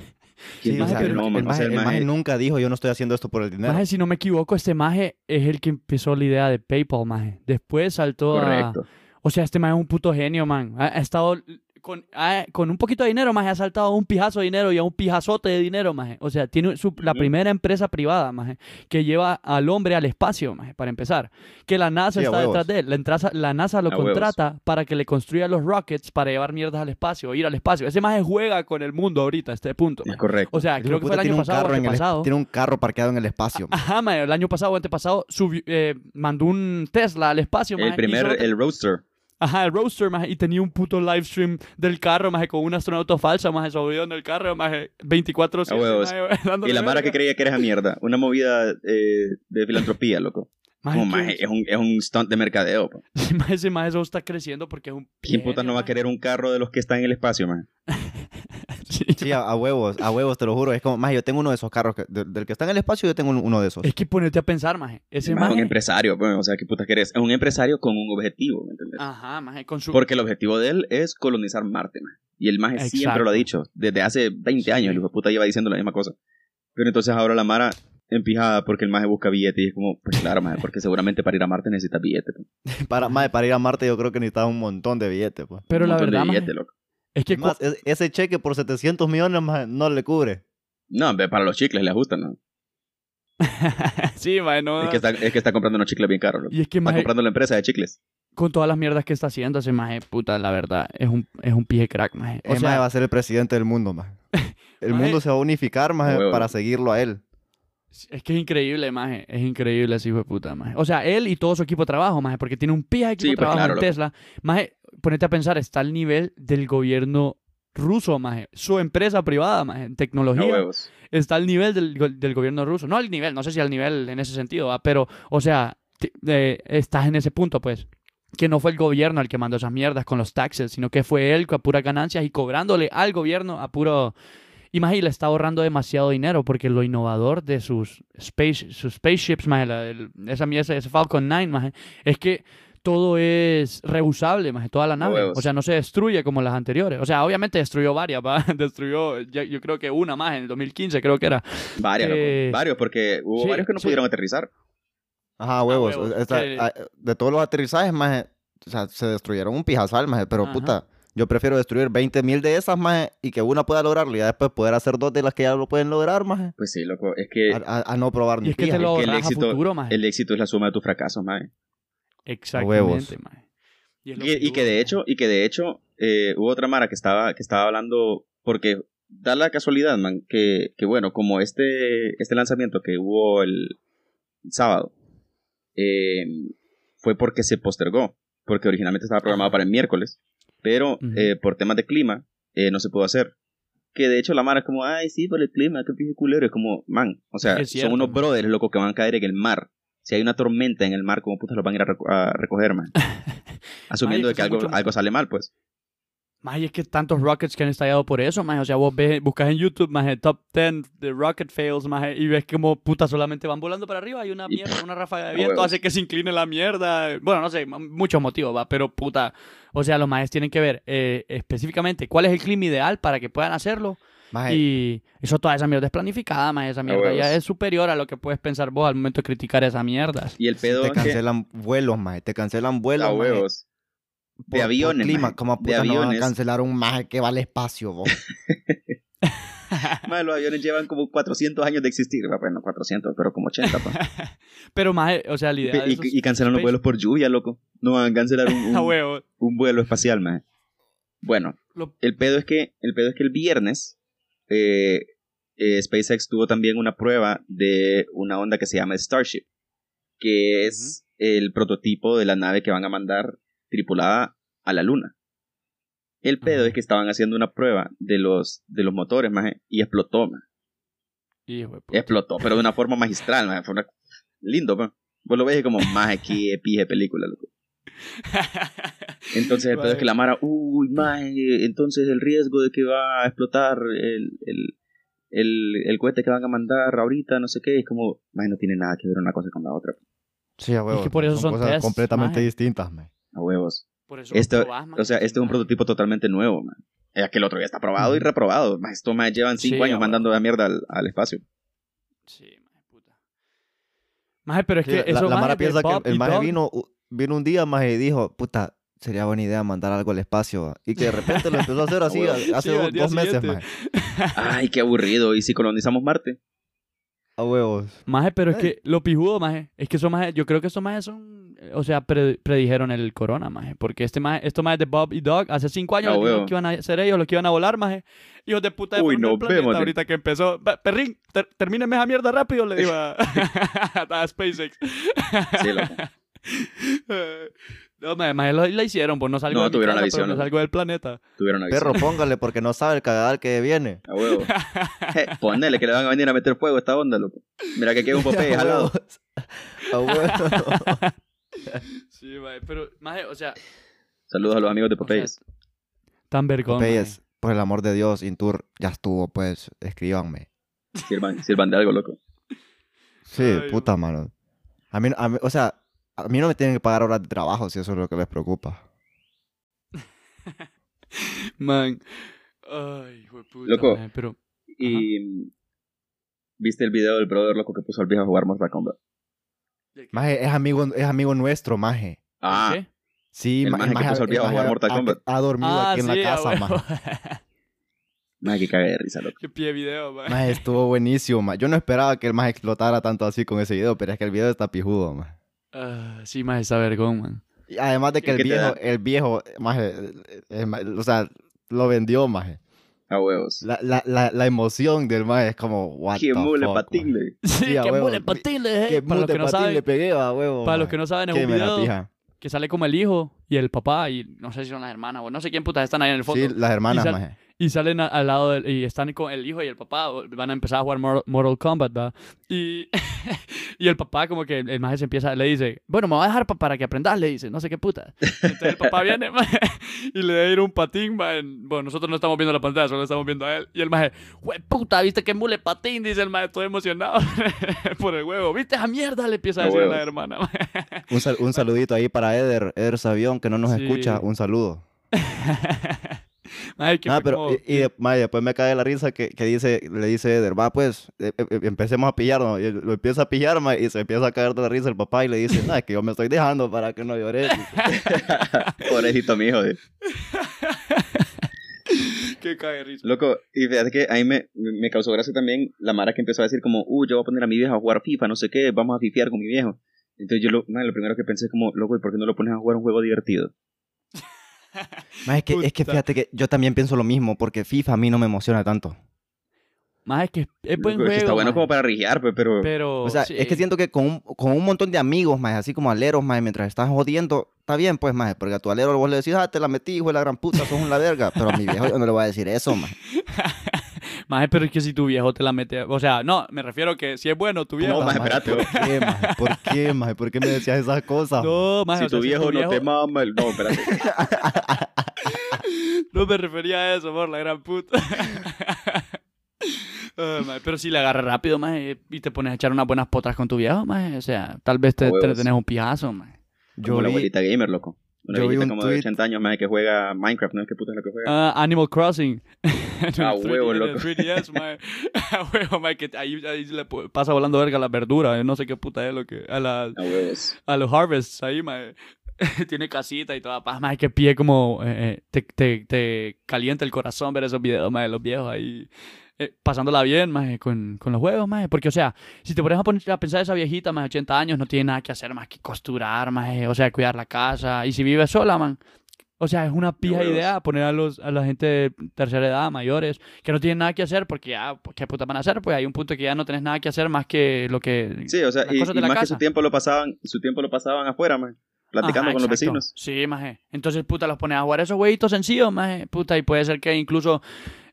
Speaker 2: ¿Quién
Speaker 1: Sí, o
Speaker 2: dijo
Speaker 1: sea,
Speaker 2: que
Speaker 1: el,
Speaker 2: no,
Speaker 1: el
Speaker 2: man? O
Speaker 1: maje,
Speaker 2: sea, el
Speaker 1: el maje
Speaker 2: maje-
Speaker 1: nunca dijo, yo no estoy haciendo esto por el dinero.
Speaker 3: Maje, si no me equivoco, este maje es el que empezó la idea de PayPal, maje. Después saltó a.
Speaker 2: Correcto.
Speaker 3: O sea, este man es un puto genio, man. Ha, ha estado con, ah, con un poquito de dinero, más ha saltado un pijazo de dinero y a un pijazote de dinero, más. O sea, tiene su- la
Speaker 2: Ujú.
Speaker 3: primera empresa privada, más, que lleva al hombre al espacio, más, para empezar. Que la
Speaker 1: Sí,
Speaker 3: NASA
Speaker 1: a
Speaker 3: está
Speaker 1: huevos.
Speaker 3: detrás de él. La, entraza- la NASA lo
Speaker 2: A huevos.
Speaker 3: contrata para que le construya los rockets para llevar mierdas al espacio, o ir al espacio. Ese más juega con el mundo ahorita, a este punto.
Speaker 2: Es
Speaker 3: maje.
Speaker 2: correcto.
Speaker 3: O sea,
Speaker 1: El hijo de
Speaker 3: creo que
Speaker 1: puta
Speaker 3: fue el año pasado o
Speaker 1: en el,
Speaker 3: antepasado.
Speaker 1: tiene un carro parqueado en el espacio. maje.
Speaker 3: Ajá, mae, el año pasado o antepasado subió- eh, mandó un Tesla al espacio, mae,
Speaker 2: el
Speaker 3: y
Speaker 2: primer,
Speaker 3: solo-
Speaker 2: el roadster.
Speaker 3: Ajá, el roadster, maje, y tenía un puto live stream del carro, maje, con un astronauta falsa, maje, subido en el carro, maje, 24
Speaker 2: A huevos.
Speaker 3: *laughs*
Speaker 2: Y la mara que creía que era esa mierda. Una movida eh, de filantropía, loco. Como, maje, es, un, es un stunt de mercadeo. po.
Speaker 3: ese *laughs* maje solo está creciendo porque es un...
Speaker 2: ¿Quién puta no va a
Speaker 3: genio,
Speaker 2: querer un carro de los que están en el espacio, man?
Speaker 3: maje. Sí.
Speaker 1: Sí, a, a huevos, a huevos, te lo juro. Es como, más yo tengo uno de esos carros que- del, del que está en el espacio, yo tengo un- uno de esos.
Speaker 3: Es que ponerte a pensar, maje. Ese
Speaker 2: Es un
Speaker 3: maje...
Speaker 2: empresario, pues, o sea, ¿qué puta querés? Es un empresario con un objetivo, ¿me entendés?
Speaker 3: Ajá, maje, con Ah, su...
Speaker 2: Porque el objetivo de él es colonizar Marte, man. Y el maje siempre
Speaker 3: Exacto.
Speaker 2: lo ha dicho. Desde hace 20 años, el hijo de puta lleva diciendo la misma cosa. Pero entonces ahora la mara empijada porque el maje busca billete y es como, pues claro, maje, porque seguramente para ir a Marte necesitas billete. pues.
Speaker 1: Para, maje, para ir a Marte yo creo que necesitaba un montón de billetes. Pues.
Speaker 3: Pero
Speaker 2: un
Speaker 3: la
Speaker 2: montón
Speaker 3: verdad,
Speaker 2: de
Speaker 3: maje,
Speaker 2: billete, loco.
Speaker 3: es que...
Speaker 1: Es más, es- ese cheque por 700 millones maje, no le cubre.
Speaker 2: No, hombre, para los chicles le ajustan, ¿no?
Speaker 3: *laughs* sí, maje, no...
Speaker 2: Es que está, es que está comprando unos chicles bien caros, loco.
Speaker 3: Ah. Y es que,
Speaker 2: Está
Speaker 3: maje,
Speaker 2: comprando la empresa de chicles.
Speaker 3: con todas las mierdas que está haciendo, ese maje, puta, la verdad, es un, es un pije crack, maje. O
Speaker 1: Ese
Speaker 3: sea,
Speaker 1: maje va a ser el presidente del mundo,
Speaker 3: *laughs*
Speaker 1: más. El
Speaker 3: Maje-
Speaker 1: mundo se va a unificar, más
Speaker 2: A huevo.
Speaker 1: para seguirlo a él.
Speaker 3: Es que es increíble, maje. Es increíble ese hijo de puta, maje. O sea, él y todo su equipo de trabajo, maje. Porque tiene un pija de equipo
Speaker 2: Sí,
Speaker 3: de
Speaker 2: pues
Speaker 3: trabajo
Speaker 2: claro,
Speaker 3: en
Speaker 2: loco.
Speaker 3: Tesla. Maje, ponete a pensar, está al nivel del gobierno ruso, maje. Su empresa privada, maje, en
Speaker 2: No
Speaker 3: tecnología,
Speaker 2: huevos.
Speaker 3: está al nivel del, go- del gobierno ruso. No al nivel, no sé si al nivel en ese sentido, ¿va? pero, o sea, ti- eh, estás en ese punto, pues. Que no fue el gobierno el que mandó esas mierdas con los taxes, sino que fue él a puras ganancias y cobrándole al gobierno a puro. Y más, y le está ahorrando demasiado dinero porque lo innovador de sus, space, sus spaceships, más, la- el- esa, mie- ese, ese Falcon 9, más, es que todo es reusable, más, toda la nave.
Speaker 2: huevos.
Speaker 3: O sea, no se destruye como las anteriores. O sea, obviamente destruyó varias, *laughs* ¿va? destruyó, ya- yo creo que una más en el 2015, creo que era.
Speaker 2: Varios, loco.
Speaker 3: Eh,
Speaker 2: Varios, porque hubo
Speaker 3: sí,
Speaker 2: varios que no
Speaker 3: sí.
Speaker 2: pudieron aterrizar.
Speaker 1: Ajá, huevos.
Speaker 3: huevos,
Speaker 1: o- o sea,
Speaker 3: que-
Speaker 1: a- de todos los aterrizajes, maje, o sea, se destruyeron un pijazal, maje, pero
Speaker 3: Ajá.
Speaker 1: puta, yo prefiero destruir 20 mil de esas, maje, y que una pueda lograrlo y ya después poder hacer dos de las que ya lo pueden lograr, maje,
Speaker 2: Pues sí, loco. Es que
Speaker 1: a,
Speaker 3: Ah,
Speaker 1: a- a no probar
Speaker 3: Y
Speaker 1: ni
Speaker 3: es que
Speaker 1: pija.
Speaker 3: te lo
Speaker 2: que el
Speaker 3: ahorras
Speaker 2: éxito-
Speaker 3: a futuro, maje.
Speaker 2: el éxito es la suma de tus fracasos, maje.
Speaker 3: Exactamente, maje. es lo
Speaker 2: Y, y que
Speaker 3: digo,
Speaker 2: de
Speaker 3: maje.
Speaker 2: hecho, y que de hecho, eh, hubo otra Mara que estaba, que estaba hablando, porque da la casualidad, man, que, que bueno, como este, este lanzamiento que hubo el sábado, eh, fue porque se postergó, porque originalmente estaba programado para el miércoles, pero
Speaker 3: Ujú.
Speaker 2: eh, por temas de clima eh, no se pudo hacer. Que de hecho la Mara es como, ay, sí, por el clima, qué pinche culero. Es como, man, o sea,
Speaker 3: Es cierto,
Speaker 2: son unos
Speaker 3: man.
Speaker 2: brothers, loco, que van a caer en el mar. Si hay una tormenta en el mar, ¿cómo putas los van a ir a, reco- a recoger,
Speaker 3: *laughs*
Speaker 2: man? Asumiendo
Speaker 3: Ay,
Speaker 2: de que
Speaker 3: pues,
Speaker 2: algo,
Speaker 3: mucho-
Speaker 2: algo sale mal, pues.
Speaker 3: Maje, es que tantos rockets que han estallado por eso, maje. O sea, vos ves, buscas en YouTube, maje, top 10 de rocket fails, maje, y ves como puta solamente van volando para arriba. Hay una
Speaker 2: Y-
Speaker 3: mierda, una
Speaker 2: *laughs*
Speaker 3: ráfaga de
Speaker 2: a
Speaker 3: viento,
Speaker 2: huevos.
Speaker 3: hace que se incline la mierda. Bueno, no sé, m- muchos motivos, va, pero puta. O sea, los majes tienen que ver eh, específicamente cuál es el clima ideal para que puedan hacerlo.
Speaker 1: Maje,
Speaker 3: Y eso, toda esa mierda es planificada, maje. Esa mierda
Speaker 2: huevos.
Speaker 3: ya es superior a lo que puedes pensar vos al momento de criticar esas mierdas.
Speaker 2: Y el pedo
Speaker 1: te
Speaker 2: es que...
Speaker 1: cancelan vuelos, maje, te cancelan vuelos,
Speaker 2: A
Speaker 1: maje,
Speaker 2: huevos.
Speaker 1: por-
Speaker 2: De
Speaker 1: por
Speaker 2: aviones,
Speaker 1: clima,
Speaker 2: maje,
Speaker 1: como
Speaker 2: de
Speaker 1: puta no van a
Speaker 2: aviones.
Speaker 1: cancelar un maje que va al espacio, vos.
Speaker 2: Madre, los aviones llevan como 400 años de existir. Va, Bueno, 400, pero como 80,
Speaker 3: *laughs*
Speaker 2: pa.
Speaker 3: Pero más, o sea, la idea de
Speaker 2: Y,
Speaker 3: esos
Speaker 2: y cancelan los
Speaker 3: space-
Speaker 2: vuelos por lluvia, loco. No van a cancelar un, un-
Speaker 3: *laughs* a huevo.
Speaker 2: un vuelo espacial, maje. Bueno,
Speaker 3: Lo-
Speaker 2: el pedo es que el, pedo es que el viernes eh, eh, SpaceX tuvo también una prueba de una onda que se llama Starship, que es el prototipo de la nave que van a mandar tripulada a la Luna. El pedo
Speaker 3: Ajá.
Speaker 2: es que estaban haciendo una prueba de los, de los motores, maje, y explotó, maje.
Speaker 3: Hijo de puta.
Speaker 2: Explotó, pero de una forma magistral, maje. Fue una- lindo, maje. Vos lo ves y como, más aquí, pije película, loco. Entonces el pedo es que la Mara, uy, mae, entonces el riesgo de que va a explotar el, el, el, el cohete que van a mandar ahorita, no sé qué, es como, mae, no tiene nada que ver una cosa con la otra,
Speaker 1: Sí, a huevos.
Speaker 3: que por
Speaker 1: maje,
Speaker 3: eso son
Speaker 1: cosas
Speaker 3: tests,
Speaker 1: completamente
Speaker 3: maje.
Speaker 1: distintas, maje.
Speaker 2: a huevos.
Speaker 3: *laughs* Por eso
Speaker 2: Esto-
Speaker 3: lo probás, man,
Speaker 2: O sea, este es un
Speaker 3: man.
Speaker 2: prototipo totalmente nuevo, man. Es que el otro ya está probado y
Speaker 3: Ujú.
Speaker 2: reprobado. Mae, Esto, mae, llevan cinco
Speaker 3: Sí,
Speaker 2: años
Speaker 3: a
Speaker 2: mandando la mierda al, al espacio.
Speaker 3: Sí, maje, puta. Maje, pero es
Speaker 1: Sí,
Speaker 3: que
Speaker 1: la,
Speaker 3: eso
Speaker 1: la
Speaker 3: maje,
Speaker 1: Mara
Speaker 3: de
Speaker 1: piensa que
Speaker 3: Bob
Speaker 1: el
Speaker 3: y
Speaker 1: maje
Speaker 3: Doug,
Speaker 1: vino, u- vino un día más y dijo, puta, sería buena idea mandar algo al espacio. va. Y que de repente lo empezó a hacer así
Speaker 2: Huevo.
Speaker 1: hace
Speaker 3: Sí,
Speaker 1: do-
Speaker 3: al día
Speaker 1: dos meses,
Speaker 3: siguiente.
Speaker 1: más.
Speaker 2: Ay, qué aburrido. ¿Y si colonizamos Marte?
Speaker 1: A huevos.
Speaker 3: Maje, pero es
Speaker 1: Ey.
Speaker 3: que lo pijudo, maje, es que eso maje, yo creo que estos majes son, eh, o sea, pre- predijeron el corona, maje, porque este maje, estos majes de Bob y Doug hace cinco años
Speaker 2: Ah,
Speaker 3: les dijeron
Speaker 2: huevo.
Speaker 3: que iban a ser ellos los que iban a volar, maje, hijos de puta de
Speaker 2: Uy,
Speaker 3: fueron del
Speaker 2: nos
Speaker 3: planeta,
Speaker 2: vemos,
Speaker 3: ahorita que empezó, "Va, perrín, ter- termínenme esa mierda rápido, le
Speaker 2: *laughs*
Speaker 3: digo a, *laughs* a SpaceX. *laughs*
Speaker 2: Sí, loco.
Speaker 3: no, maje, maje, lo- la hicieron, pues no salgo
Speaker 2: No,
Speaker 3: de mi
Speaker 2: tuvieron la
Speaker 3: casa, pero
Speaker 2: visión,
Speaker 3: no
Speaker 2: loco.
Speaker 3: salgo del planeta.
Speaker 2: Tuvieron aviso.
Speaker 1: Perro, póngale porque no sabe el cagadal que viene.
Speaker 2: A huevo. Eh, ponele que le van a venir a meter fuego a esta onda, loco. Mira que queda un
Speaker 1: *laughs*
Speaker 2: Popeye
Speaker 1: A
Speaker 2: jalado.
Speaker 1: huevos. A huevos.
Speaker 3: Sí, maje, pero, maje, o sea,
Speaker 2: Saludos a los amigos de
Speaker 3: o sea,
Speaker 2: Popeyes.
Speaker 3: tan vergón, maje.
Speaker 1: Popeyes, por el amor de Dios, Intur, ya estuvo, pues, escríbanme.
Speaker 2: Sirvan, sirvan de algo, loco.
Speaker 1: Sí,
Speaker 3: Ay,
Speaker 1: puta mano. A mí, a mí- o sea, a mí no me tienen que pagar horas de trabajo si eso es lo que les preocupa.
Speaker 3: Man. Ay, hijo de puta,
Speaker 2: Loco.
Speaker 3: maje, pero...
Speaker 2: Y... mm, ¿Viste el video del brother loco que puso al viejo a jugar Mortal Kombat?
Speaker 1: Maje, es amigo, es amigo nuestro, maje.
Speaker 2: Ah,
Speaker 3: ¿Qué?
Speaker 1: Sí,
Speaker 2: El
Speaker 1: ma-
Speaker 2: maje que
Speaker 1: maje
Speaker 2: puso al
Speaker 1: el
Speaker 2: viejo a
Speaker 1: maje
Speaker 2: jugar
Speaker 1: ha-
Speaker 2: Mortal
Speaker 1: ha-
Speaker 2: Kombat.
Speaker 1: Ha, dormido aquí en la
Speaker 3: ah,
Speaker 1: casa,
Speaker 3: huevo.
Speaker 1: maje.
Speaker 2: más que cague de risa, loco.
Speaker 3: *laughs* Qué pie de video, man.
Speaker 1: Maje, estuvo buenísimo, maje. Yo no esperaba que el maje explotara tanto así con ese video, pero es que el video está pijudo, maje.
Speaker 3: Ah, sí, más está vergón, man. *laughs*
Speaker 1: Y además de que
Speaker 2: ¿Y
Speaker 1: el
Speaker 2: qué te
Speaker 1: viejo,
Speaker 2: da?
Speaker 1: el viejo, maje, eh, eh, ma- o sea, lo vendió, maje.
Speaker 2: A huevos.
Speaker 1: La, la, la, la emoción del maje es como, what
Speaker 2: Que
Speaker 1: the
Speaker 2: mule
Speaker 1: fuck, maje.
Speaker 2: patingle.
Speaker 3: Sí,
Speaker 1: a
Speaker 3: que
Speaker 1: huevo.
Speaker 3: mule patiles, eh.
Speaker 1: Que
Speaker 3: Para los
Speaker 1: mule
Speaker 3: que no
Speaker 1: patín le
Speaker 3: saben,
Speaker 1: pegué, a huevo,
Speaker 3: para los
Speaker 1: maje.
Speaker 3: que no saben, es
Speaker 1: Qué
Speaker 3: un
Speaker 1: me la
Speaker 3: video
Speaker 1: pija.
Speaker 3: que sale como el hijo y el papá y no sé si son las hermanas o no sé quién putas están ahí en el fondo.
Speaker 1: Sí, las hermanas,
Speaker 3: Y sal-
Speaker 1: maje.
Speaker 3: Y salen a- al lado del, y están con el hijo y el papá, o- van a empezar a jugar Mor- Mortal Kombat, ¿verdad? Y, *laughs* y el papá como que el, el maje se empieza, le dice, bueno, me va a dejar pa- para que aprendas, le dice, no sé qué puta. Entonces el papá viene *laughs* maje, y le da ir un patín, maje, en- bueno, nosotros no estamos viendo la pantalla, solo estamos viendo a él. Y el maje, güey, puta, ¿viste que mule patín? Dice el maje, todo emocionado *laughs* por el huevo. ¿Viste esa mierda? Le empieza a
Speaker 2: A
Speaker 3: decir a
Speaker 2: huevo.
Speaker 3: la hermana. maje.
Speaker 1: Un, sal- un saludito ahí para Eder, Eder Sabión, que no nos
Speaker 3: Sí.
Speaker 1: escucha. Un saludo.
Speaker 3: Maje, que
Speaker 1: Ah,
Speaker 3: fue
Speaker 1: pero,
Speaker 3: como-
Speaker 1: y, y de- mae, después me cae la risa que, que dice, le dice Eder, va pues, eh, eh, empecemos a pillarnos. Y lo empieza a pillar, mae, y se empieza a caer de la risa el papá y le dice, no, es que yo me estoy dejando para que no
Speaker 3: *laughs*
Speaker 1: llores.
Speaker 2: Pobrecito mi hijo. eh.
Speaker 3: que cae de risa.
Speaker 2: Loco, y fíjate que ahí me, me causó gracia también la Mara que empezó a decir como, uh, yo voy a poner a mi vieja a jugar FIFA, no sé qué, vamos a fifiar con mi viejo. Entonces yo lo, man, lo primero que pensé es como, loco, ¿y por qué no lo pones a jugar un juego divertido?
Speaker 1: Mae, es, que, es que
Speaker 3: Puta.
Speaker 1: fíjate que yo también pienso lo mismo, porque FIFA a mí no me emociona tanto.
Speaker 3: Maje, que es, es
Speaker 1: pues,
Speaker 3: buen
Speaker 2: Loco, es
Speaker 3: juego.
Speaker 2: que está bueno
Speaker 3: maje,
Speaker 2: como para rigear, pues, pero...
Speaker 3: Pero,
Speaker 1: O sea, es que
Speaker 3: sí.
Speaker 1: siento que con un, con un montón de amigos, mae, así como aleros, mae, mientras estás jodiendo, está bien, pues, mae, porque a tu alero vos le decís, ah, te la metí, hijo de la gran puta, sos una verga. Pero a mi viejo yo no le voy a decir eso,
Speaker 2: *laughs*
Speaker 1: mae.
Speaker 3: Maje, pero es que si tu viejo te la mete. O sea, no, me refiero que si es bueno tu viejo.
Speaker 2: No,
Speaker 1: Puta,
Speaker 2: maje,
Speaker 1: maje,
Speaker 2: espérate,
Speaker 1: ¿Por
Speaker 2: vos.
Speaker 1: qué, maje? ¿Por qué, maje? ¿Por qué me decías esas cosas?
Speaker 3: No, maje,
Speaker 2: si
Speaker 3: o sea,
Speaker 2: tu viejo no te mama, el... no, espérate.
Speaker 3: *laughs* No me refería a eso, por la gran puta. *laughs* Ah, maje, pero si le agarras rápido, maje, y te pones a echar unas buenas potras con tu viejo, maje. O sea, tal vez te,
Speaker 2: A huevos.
Speaker 3: te tenés un pijazo, maje.
Speaker 1: *laughs* Yo
Speaker 2: Como la
Speaker 1: vi,
Speaker 2: abuelita gamer, loco. Una
Speaker 1: yo vi
Speaker 2: viejita
Speaker 1: un
Speaker 2: como de
Speaker 1: tuit.
Speaker 2: 80 años, más que juega Minecraft, ¿no? ¿Qué puta es lo que juega?
Speaker 3: Ah, Animal Crossing. *laughs*
Speaker 2: Ah,
Speaker 3: En el
Speaker 2: huevo,
Speaker 3: 3D, en el
Speaker 2: loco. *laughs*
Speaker 3: 3DS, maje. *laughs* A huevo, maje, que ahí, ahí se le po- pasa volando verga a las verduras. Yo no sé qué puta es lo que. A las
Speaker 1: Ah.
Speaker 2: A huevos.
Speaker 3: a los harvests ahí, mae. *laughs* Tiene casita y toda paz, mae, que pie como eh, eh, te, te, te calienta el corazón ver esos videos, mae, de los viejos ahí eh, pasándola bien, mae, con, con los juegos, mae. Porque, o sea, si te pones a, poner, a pensar esa viejita, más de 80 años, no tiene nada que hacer más que costurar, mae, o sea, cuidar la casa. Y si vive sola, man, o sea, es una pija
Speaker 2: huevos.
Speaker 3: idea poner a, los, a la gente de tercera edad, mayores, que no tienen nada que hacer porque ya, pues, ¿qué puta van a hacer? Pues hay un punto que ya no tenés nada que hacer más que lo que...
Speaker 2: Sí, o sea,
Speaker 3: Las
Speaker 2: y,
Speaker 3: cosas de
Speaker 2: y
Speaker 3: la
Speaker 2: más que
Speaker 3: casa.
Speaker 2: su tiempo lo pasaban, su tiempo lo pasaban afuera, man. Platicando
Speaker 3: Ajá,
Speaker 2: con los
Speaker 3: exacto.
Speaker 2: vecinos.
Speaker 3: Sí, maje. Entonces, puta, los pones a jugar esos huevitos sencillos, maje. Puta, y puede ser que incluso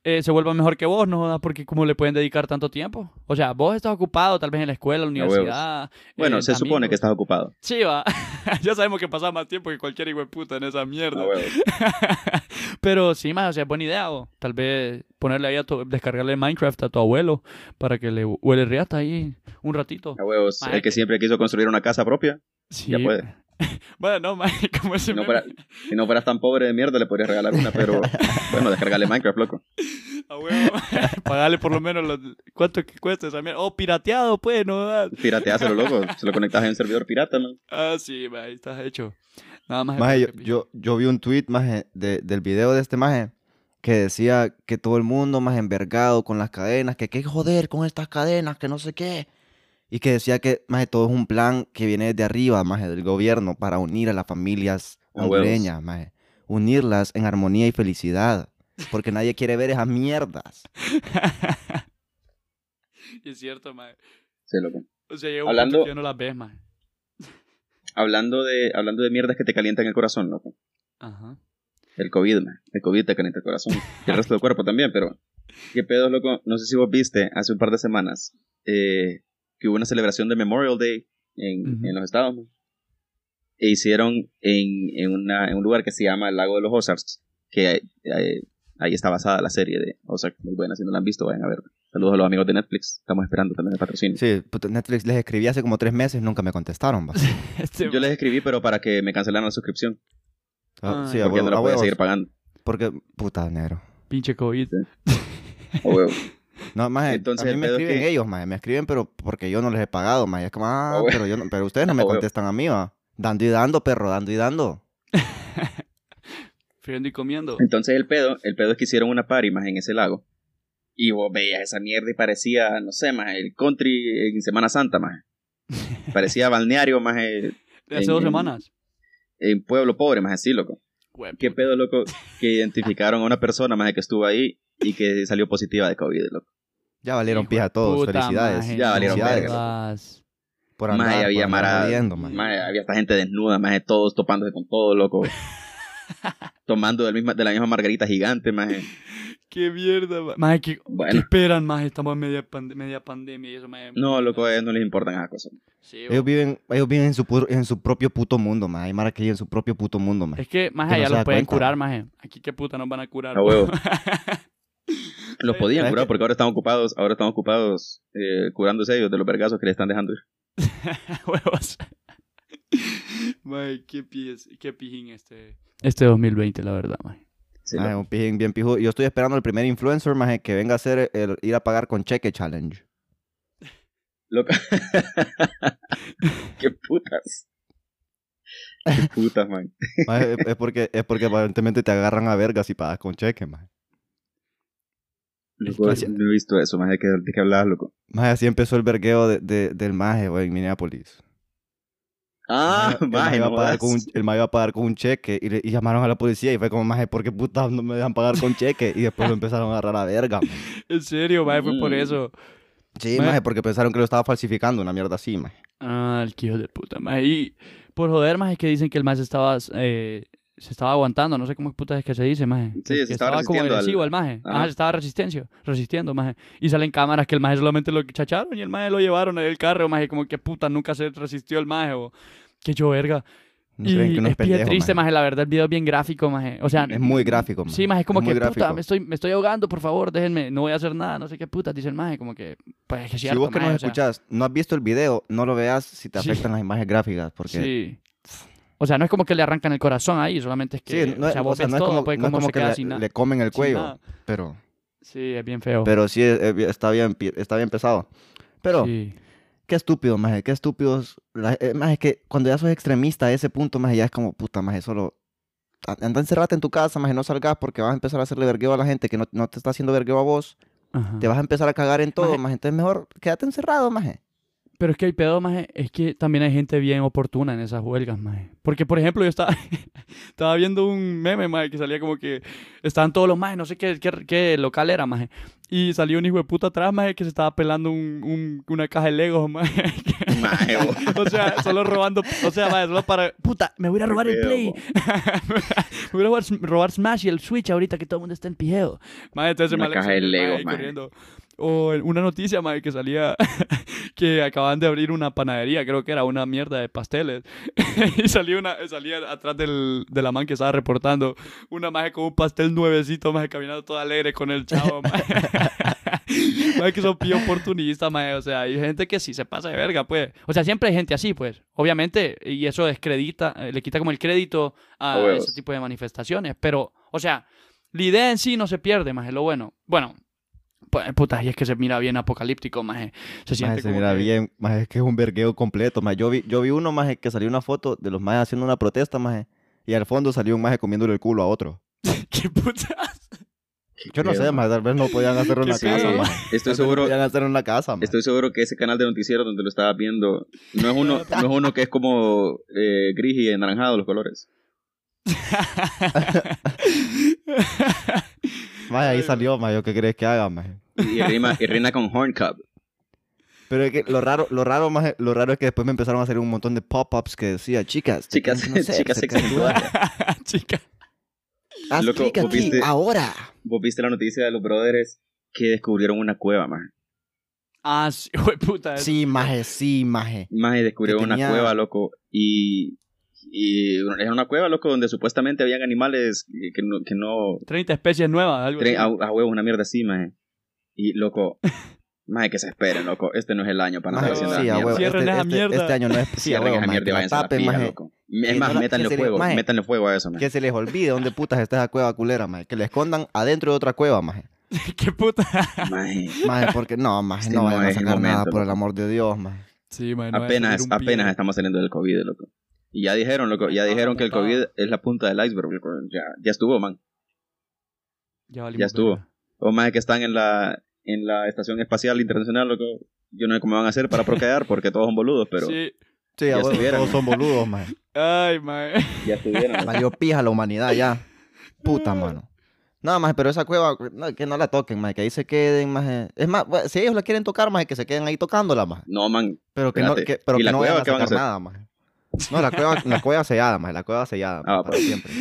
Speaker 3: eh, se vuelvan mejor que vos, ¿no? jodas, Porque cómo le pueden dedicar tanto tiempo. O sea, vos estás ocupado tal vez en la escuela, la
Speaker 2: huevos.
Speaker 3: universidad.
Speaker 2: Bueno,
Speaker 3: eh,
Speaker 2: se supone
Speaker 3: amigos.
Speaker 2: que estás ocupado.
Speaker 3: Sí, va. *laughs* ya sabemos que pasaba más tiempo que cualquier hijo de puta en esa
Speaker 2: A
Speaker 3: mierda.
Speaker 2: huevos.
Speaker 3: Pero sí, maje, o sea, es buena idea, o Tal vez ponerle ahí a tu, descargarle Minecraft a tu abuelo para que le huele riata ahí un ratito.
Speaker 2: A huevos.
Speaker 3: Maje,
Speaker 2: El que
Speaker 3: que-
Speaker 2: siempre quiso construir una casa propia,
Speaker 3: Sí.
Speaker 2: ya puede.
Speaker 3: Bueno, no, maje, *laughs* como ese
Speaker 2: Si no,
Speaker 3: meme. *laughs*
Speaker 2: fuera- si no fueras tan pobre de mierda, le podrías regalar una, pero bueno, descargarle Minecraft, loco.
Speaker 3: A *laughs* huevo. Pagale por lo menos los- cuánto que cuesta esa mierda. Oh, pirateado, pues, no da.
Speaker 2: Pirateáselo, loco. Se lo conectas a un servidor pirata, man.
Speaker 3: Ah, sí, ma, ahí estás hecho. Nada más.
Speaker 1: Maje, yo,
Speaker 3: porque-
Speaker 1: yo, yo vi un tweet maje, de- del video de este maje que decía que todo el mundo más envergado con las cadenas, que qué joder con estas cadenas, que no sé qué. Y que decía que maje, todo es un plan que viene desde arriba, maje, del gobierno para unir a las familias
Speaker 2: A huevos.
Speaker 1: hondureñas, maje. Unirlas en armonía y felicidad. Porque nadie quiere ver esas mierdas.
Speaker 3: Es cierto, ma.
Speaker 2: Sí, loco.
Speaker 3: O sea, llega un
Speaker 2: Hablando-
Speaker 3: punto que ya no las ves, ma.
Speaker 2: Hablando de, hablando de mierdas que te calientan el corazón, loco.
Speaker 3: Ajá.
Speaker 2: El COVID, man. El COVID te calienta el corazón. Y el resto del cuerpo también, pero. ¿Qué pedos, loco? No sé si vos viste hace un par de semanas eh, que hubo una celebración de Memorial Day en,
Speaker 3: Ujú.
Speaker 2: en los Estados. man. E hicieron en, en una- en un lugar que se llama el Lago de los Ozarks, que eh, ahí está basada la serie de Ozark. Muy buena, si no la han visto, vayan a verla. Saludos a los amigos de Netflix. Estamos esperando también el patrocinio.
Speaker 1: Sí, puta, Netflix les escribí hace como tres meses, nunca me contestaron.
Speaker 2: *laughs*
Speaker 1: va.
Speaker 3: Este,
Speaker 2: Yo
Speaker 3: ma,
Speaker 2: les escribí, pero para que me cancelaran la suscripción.
Speaker 1: Ah,
Speaker 3: Ay.
Speaker 1: sí, a
Speaker 2: porque
Speaker 1: huevo-
Speaker 2: no la
Speaker 1: a
Speaker 2: voy a
Speaker 1: huevos,
Speaker 2: seguir pagando.
Speaker 1: Porque, puta, negro.
Speaker 3: Pinche COVID.
Speaker 2: A huevo.
Speaker 1: No, maje,
Speaker 2: Entonces,
Speaker 1: a
Speaker 2: el
Speaker 1: mí me
Speaker 2: pedo es
Speaker 1: escriben
Speaker 2: que-
Speaker 1: ellos, maje, me escriben, pero porque yo no les he pagado, maje. Es como, ah,
Speaker 2: Ah, bueno.
Speaker 1: pero, yo no- pero
Speaker 2: *laughs*
Speaker 1: ustedes no
Speaker 2: Ah,
Speaker 1: me
Speaker 2: bueno.
Speaker 1: contestan a mí, va. Dando y dando, perro, dando y dando.
Speaker 3: Friendo y comiendo.
Speaker 2: Entonces el pedo, el pedo es que hicieron una party más en ese lago. Y vos veías esa mierda y parecía, no sé, más el country en Semana Santa, más. Parecía balneario, más
Speaker 3: De hace dos
Speaker 2: en-
Speaker 3: semanas.
Speaker 2: en pueblo pobre, más así, loco.
Speaker 3: Güey,
Speaker 2: ¿Qué pedo, loco? Que identificaron a una persona, más que estuvo ahí y que salió positiva de COVID, loco.
Speaker 1: Ya valieron
Speaker 3: Hijo
Speaker 1: pija a
Speaker 3: de
Speaker 1: todos,
Speaker 3: puta,
Speaker 1: felicidades.
Speaker 3: maje,
Speaker 2: Ya valieron
Speaker 1: felicidades.
Speaker 2: verga.
Speaker 3: vas.
Speaker 1: Por
Speaker 2: Maje,
Speaker 1: andar, por
Speaker 2: había
Speaker 1: andar
Speaker 2: mara-
Speaker 1: jodiendo, maje.
Speaker 2: Maje, había esta gente desnuda, más todos topándose con todo, loco. Tomando del misma, de la misma margarita gigante, más. eh.
Speaker 3: Qué mierda, ma. Maje, ¿qué,
Speaker 2: Bueno.
Speaker 3: qué esperan, ma? Estamos en media, pande- media pandemia y eso, ma.
Speaker 2: No, loco, a ellos no les importan esas cosas.
Speaker 3: Sí,
Speaker 1: Ellos viven, ellos viven en, su pur- en su propio puto mundo, maje. Hay mara que vive en su propio puto mundo, maje.
Speaker 3: Es que, más
Speaker 1: Que no
Speaker 3: allá
Speaker 1: se
Speaker 3: los
Speaker 1: da
Speaker 3: pueden
Speaker 1: cuenta.
Speaker 3: curar, más Aquí qué puta nos van a curar.
Speaker 2: A
Speaker 1: *laughs*
Speaker 3: po.
Speaker 2: huevo. Los podían
Speaker 1: ¿Sabes
Speaker 2: curar
Speaker 1: qué?
Speaker 2: porque ahora están ocupados, ahora están ocupados eh, curándose ellos de los vergazos que le están dejando. ir.
Speaker 3: *laughs* Huevos. Mae, qué, pies- qué pijín este. Este 2020, la verdad, mae.
Speaker 2: Sí,
Speaker 1: Maje,
Speaker 2: loco.
Speaker 1: un pijín bien pijo. Yo estoy esperando el primer influencer, maje, que venga a hacer el ir a pagar con cheque challenge.
Speaker 2: Loco. Qué putas.
Speaker 1: *laughs*
Speaker 2: Qué putas, man.
Speaker 1: Maje, es, es porque, es porque aparentemente te agarran a vergas si pagas con cheque, maje.
Speaker 2: Loco,
Speaker 1: Es que-
Speaker 2: no he visto eso, más de que, de que hablas, loco.
Speaker 1: Maje, así empezó el vergueo de- de- del maje, güey, en Minneapolis.
Speaker 2: *laughs* Ah,
Speaker 1: el maje
Speaker 2: man,
Speaker 1: iba a
Speaker 2: no
Speaker 1: pagar con
Speaker 2: jodas.
Speaker 1: un, el maje iba a pagar con un cheque y, le- y llamaron a la policía y fue como, maje, ¿por qué puta no me dejan pagar con cheque? Y después lo empezaron a agarrar a verga. man.
Speaker 3: En serio, mae, fue por
Speaker 2: Mm.
Speaker 3: eso.
Speaker 1: Sí,
Speaker 3: Maje.
Speaker 1: maje, porque pensaron que lo estaba falsificando, una mierda así, maje.
Speaker 3: Ah, el que hijo de puta, mae. Y por joder, mae, es que dicen que el mae se estaba. eh, se estaba aguantando, no sé cómo puta es que se dice, maje.
Speaker 2: Sí,
Speaker 3: Que
Speaker 2: se estaba
Speaker 3: como
Speaker 2: resistiendo al-
Speaker 3: agresivo el maje.
Speaker 2: Ajá.
Speaker 3: Ajá, se estaba resistencia, resistiendo, maje. Y salen cámaras que el maje solamente lo chacharon y el maje lo llevaron en el carro, maje. Como que puta, nunca se resistió el maje, bo. Que yo verga.
Speaker 1: No
Speaker 3: Y
Speaker 1: creen que uno
Speaker 3: es
Speaker 1: es pendejo,
Speaker 3: bien triste,
Speaker 1: maje.
Speaker 3: maje. La verdad, el video es bien gráfico, maje. O sea,
Speaker 1: Es muy gráfico, maje.
Speaker 3: Sí, más es como
Speaker 1: muy
Speaker 3: que, puta,
Speaker 1: gráfico.
Speaker 3: me estoy, me estoy ahogando, por favor, déjenme, no voy a hacer nada, no sé qué puta, dice el maje, como que, pues es que es
Speaker 1: si
Speaker 3: cierto,
Speaker 1: vos que nos
Speaker 3: maje, o sea,
Speaker 1: escuchás no has visto el video, no lo veas si te
Speaker 3: Sí.
Speaker 1: afectan las imágenes gráficas, porque... Sí.
Speaker 3: Sí. O sea, no es como que le arrancan el corazón ahí, solamente es que,
Speaker 1: no,
Speaker 3: o
Speaker 1: es-
Speaker 3: sea, vos
Speaker 1: o sea,
Speaker 3: ves
Speaker 1: no es
Speaker 3: todo,
Speaker 1: como,
Speaker 3: pues,
Speaker 1: no es
Speaker 3: cómo
Speaker 1: como
Speaker 3: se
Speaker 1: que
Speaker 3: queda
Speaker 1: le,
Speaker 3: sin nada.
Speaker 1: le comen el
Speaker 3: sin
Speaker 1: cuello,
Speaker 3: nada.
Speaker 1: pero,
Speaker 3: Sí, es bien feo.
Speaker 1: pero sí eh, eh, está bien, pi- está bien pesado. Pero
Speaker 3: Sí.
Speaker 1: Qué estúpido, maje, qué estúpidos. La- eh, maje, que cuando ya sos extremista a ese punto, maje, ya es como, puta, maje, solo... a- Anda encerrate en tu casa, maje, no salgas porque vas a empezar a hacerle vergueo a la gente que no, no te está haciendo vergueo a vos.
Speaker 3: Ajá.
Speaker 1: Te vas a empezar a cagar en todo,
Speaker 3: Maje.
Speaker 1: maje. Entonces mejor quédate encerrado, maje.
Speaker 3: Pero es que el pedo, maje, es que también hay gente bien oportuna en esas huelgas, maje. Porque, por ejemplo, yo estaba, *laughs* estaba viendo un meme, maje, que salía como que estaban todos los majes, no sé qué, qué, qué local era, maje. Y salió un hijo de puta atrás, maje, que se estaba pelando un, un- una caja de Legos, *laughs* maje.
Speaker 1: *laughs*
Speaker 2: Maje, vos.
Speaker 3: O sea, solo robando. O sea, vaya, solo para. Puta, me voy a robar el
Speaker 2: Pijeo,
Speaker 3: Play.
Speaker 2: bo.
Speaker 3: *laughs* me voy a robar, robar Smash y el Switch ahorita que todo el mundo está en pijeo. Madre, entonces
Speaker 2: Una
Speaker 3: madre,
Speaker 2: caja de
Speaker 3: salió el
Speaker 2: Lego,
Speaker 3: madre ahí
Speaker 2: madre.
Speaker 3: corriendo. O en una noticia, madre, que salía *laughs* que acaban de abrir una panadería, creo que era una mierda de pasteles. *laughs* y salió una, salía atrás del, de la man que estaba reportando una maje con un pastel nuevecito, maje, caminando toda alegre con
Speaker 1: *laughs*
Speaker 3: el chavo, maje. *laughs* Maje, que son pillo oportunistas, maje. O sea, hay gente que sí se pasa de verga, pues. O sea, siempre hay gente así, pues. Obviamente, y eso descredita, eh, le quita como el crédito
Speaker 2: A
Speaker 3: a
Speaker 2: huevos.
Speaker 3: ese tipo de manifestaciones. Pero, o sea, La idea en sí no se pierde, más es lo bueno. Bueno, pues, puta, y es que se mira bien apocalíptico, más se siente
Speaker 1: Maje, se
Speaker 3: como
Speaker 1: mira
Speaker 3: que-
Speaker 1: bien, maje, es que es un vergueo completo. maje. Yo, vi, yo vi uno más que salió una foto de los más haciendo una protesta, maje, y al fondo salió un maje comiéndole el culo a otro.
Speaker 3: *laughs* ¿Qué puta? *laughs*
Speaker 1: Yo no sé,
Speaker 2: Creo.
Speaker 1: maje, tal vez no podían hacerlo en la
Speaker 3: Sí.
Speaker 1: casa, maje. Tal
Speaker 2: Estoy
Speaker 1: vez no
Speaker 2: seguro,
Speaker 1: podían hacerlo en la casa, maje.
Speaker 2: estoy seguro que ese canal de noticiero donde lo estabas viendo no es uno, no es uno que es como eh, gris y anaranjado los colores.
Speaker 1: Maje, ahí
Speaker 3: Ay,
Speaker 1: salió, maje, ¿yo ¿qué crees que haga, maje?
Speaker 2: Y rima, y rima con horn cup.
Speaker 1: Pero es que lo raro, lo raro, maje, lo raro es que después me empezaron a salir un montón de pop-ups que decía, chicas, te
Speaker 2: Chicas,
Speaker 1: quedas, no sé,
Speaker 2: chicas
Speaker 1: se
Speaker 2: sexuales. *laughs*
Speaker 3: Chica.
Speaker 1: Haz
Speaker 2: Loco,
Speaker 1: clic
Speaker 2: ¿vos
Speaker 1: aquí,
Speaker 2: viste?
Speaker 1: ahora.
Speaker 2: Vos viste la noticia de los brothers que descubrieron una cueva, man.
Speaker 3: Ah, sí, *laughs* güey, puta. eso.
Speaker 1: Sí, maje, sí, maje.
Speaker 2: Más descubrieron
Speaker 1: Que
Speaker 2: una
Speaker 1: tenía-
Speaker 2: cueva, loco. Y, y era una cueva, loco, donde supuestamente habían animales que que no, que no
Speaker 3: 30 especies nuevas, algo
Speaker 2: Tren- a,
Speaker 3: así.
Speaker 2: a huevo, una mierda así, maje. Y, loco, *laughs* maje, que se esperen, loco. Este no es el año para andar
Speaker 1: Maje,
Speaker 2: haciendo
Speaker 1: sí,
Speaker 2: esa
Speaker 1: a
Speaker 2: mierda.
Speaker 1: huevo.
Speaker 3: Cierren
Speaker 1: este,
Speaker 3: esa
Speaker 1: este-
Speaker 3: mierda.
Speaker 1: este año no es. Sí, a
Speaker 2: Cierren
Speaker 1: huevo,
Speaker 2: esa
Speaker 1: maje,
Speaker 2: mierda
Speaker 1: que
Speaker 2: y
Speaker 1: la
Speaker 2: váyanse a la
Speaker 1: tapen,
Speaker 2: pija,
Speaker 1: maje.
Speaker 2: loco. Es
Speaker 1: Que
Speaker 2: más,
Speaker 1: no la-
Speaker 2: métanle
Speaker 1: que se-
Speaker 2: fuego,
Speaker 1: maje.
Speaker 2: métanle fuego a eso, maje. *laughs*
Speaker 1: Que se les olvide dónde putas está esa cueva culera, maje. Que la escondan adentro de otra cueva, maje.
Speaker 3: *laughs* ¿Qué puta? *laughs*
Speaker 2: Maje,
Speaker 1: Maje, porque no, maje,
Speaker 2: Este
Speaker 1: no
Speaker 2: no
Speaker 1: vayan a
Speaker 2: es el
Speaker 1: sacar nada,
Speaker 2: momento,
Speaker 1: por el
Speaker 2: loco.
Speaker 1: amor de Dios, maje.
Speaker 3: Sí, man, no voy a
Speaker 2: apenas,
Speaker 3: salir un pie.
Speaker 2: apenas estamos saliendo del COVID, loco. Y ya dijeron, loco, ya
Speaker 3: Estaba
Speaker 2: dijeron que el
Speaker 3: apuntado.
Speaker 2: COVID es la punta del iceberg, loco. Ya, ya estuvo, man.
Speaker 3: Ya, valimos
Speaker 2: Ya estuvo.
Speaker 3: verga.
Speaker 2: O más que están en la, en la Estación Espacial Internacional, loco. Yo no sé cómo van a hacer para procrear porque todos son boludos, pero
Speaker 3: Sí.
Speaker 1: Sí,
Speaker 2: Ya
Speaker 1: a huevo,
Speaker 2: estuvieron,
Speaker 1: todos son boludos, maje.
Speaker 3: Ay, mae.
Speaker 2: ya estuvieron. loco.
Speaker 1: Valió pija la humanidad ya. Puta, mano. Nada más, pero esa cueva, no, que no la toquen, maje, que ahí se queden, maje. Es más, bueno, si ellos la quieren tocar, maje, que se queden ahí tocándola, maje.
Speaker 2: No, man.
Speaker 1: Pero que no,
Speaker 2: Espérate,
Speaker 1: que, pero
Speaker 2: ¿y
Speaker 1: que
Speaker 2: la
Speaker 1: no vayan
Speaker 2: cueva
Speaker 1: a
Speaker 2: qué van a
Speaker 1: sacar
Speaker 2: hacer?
Speaker 1: nada, maje. No, la cueva, la cueva sellada, maje, la cueva sellada, maje,
Speaker 2: Ah,
Speaker 1: para
Speaker 2: pues.
Speaker 1: siempre.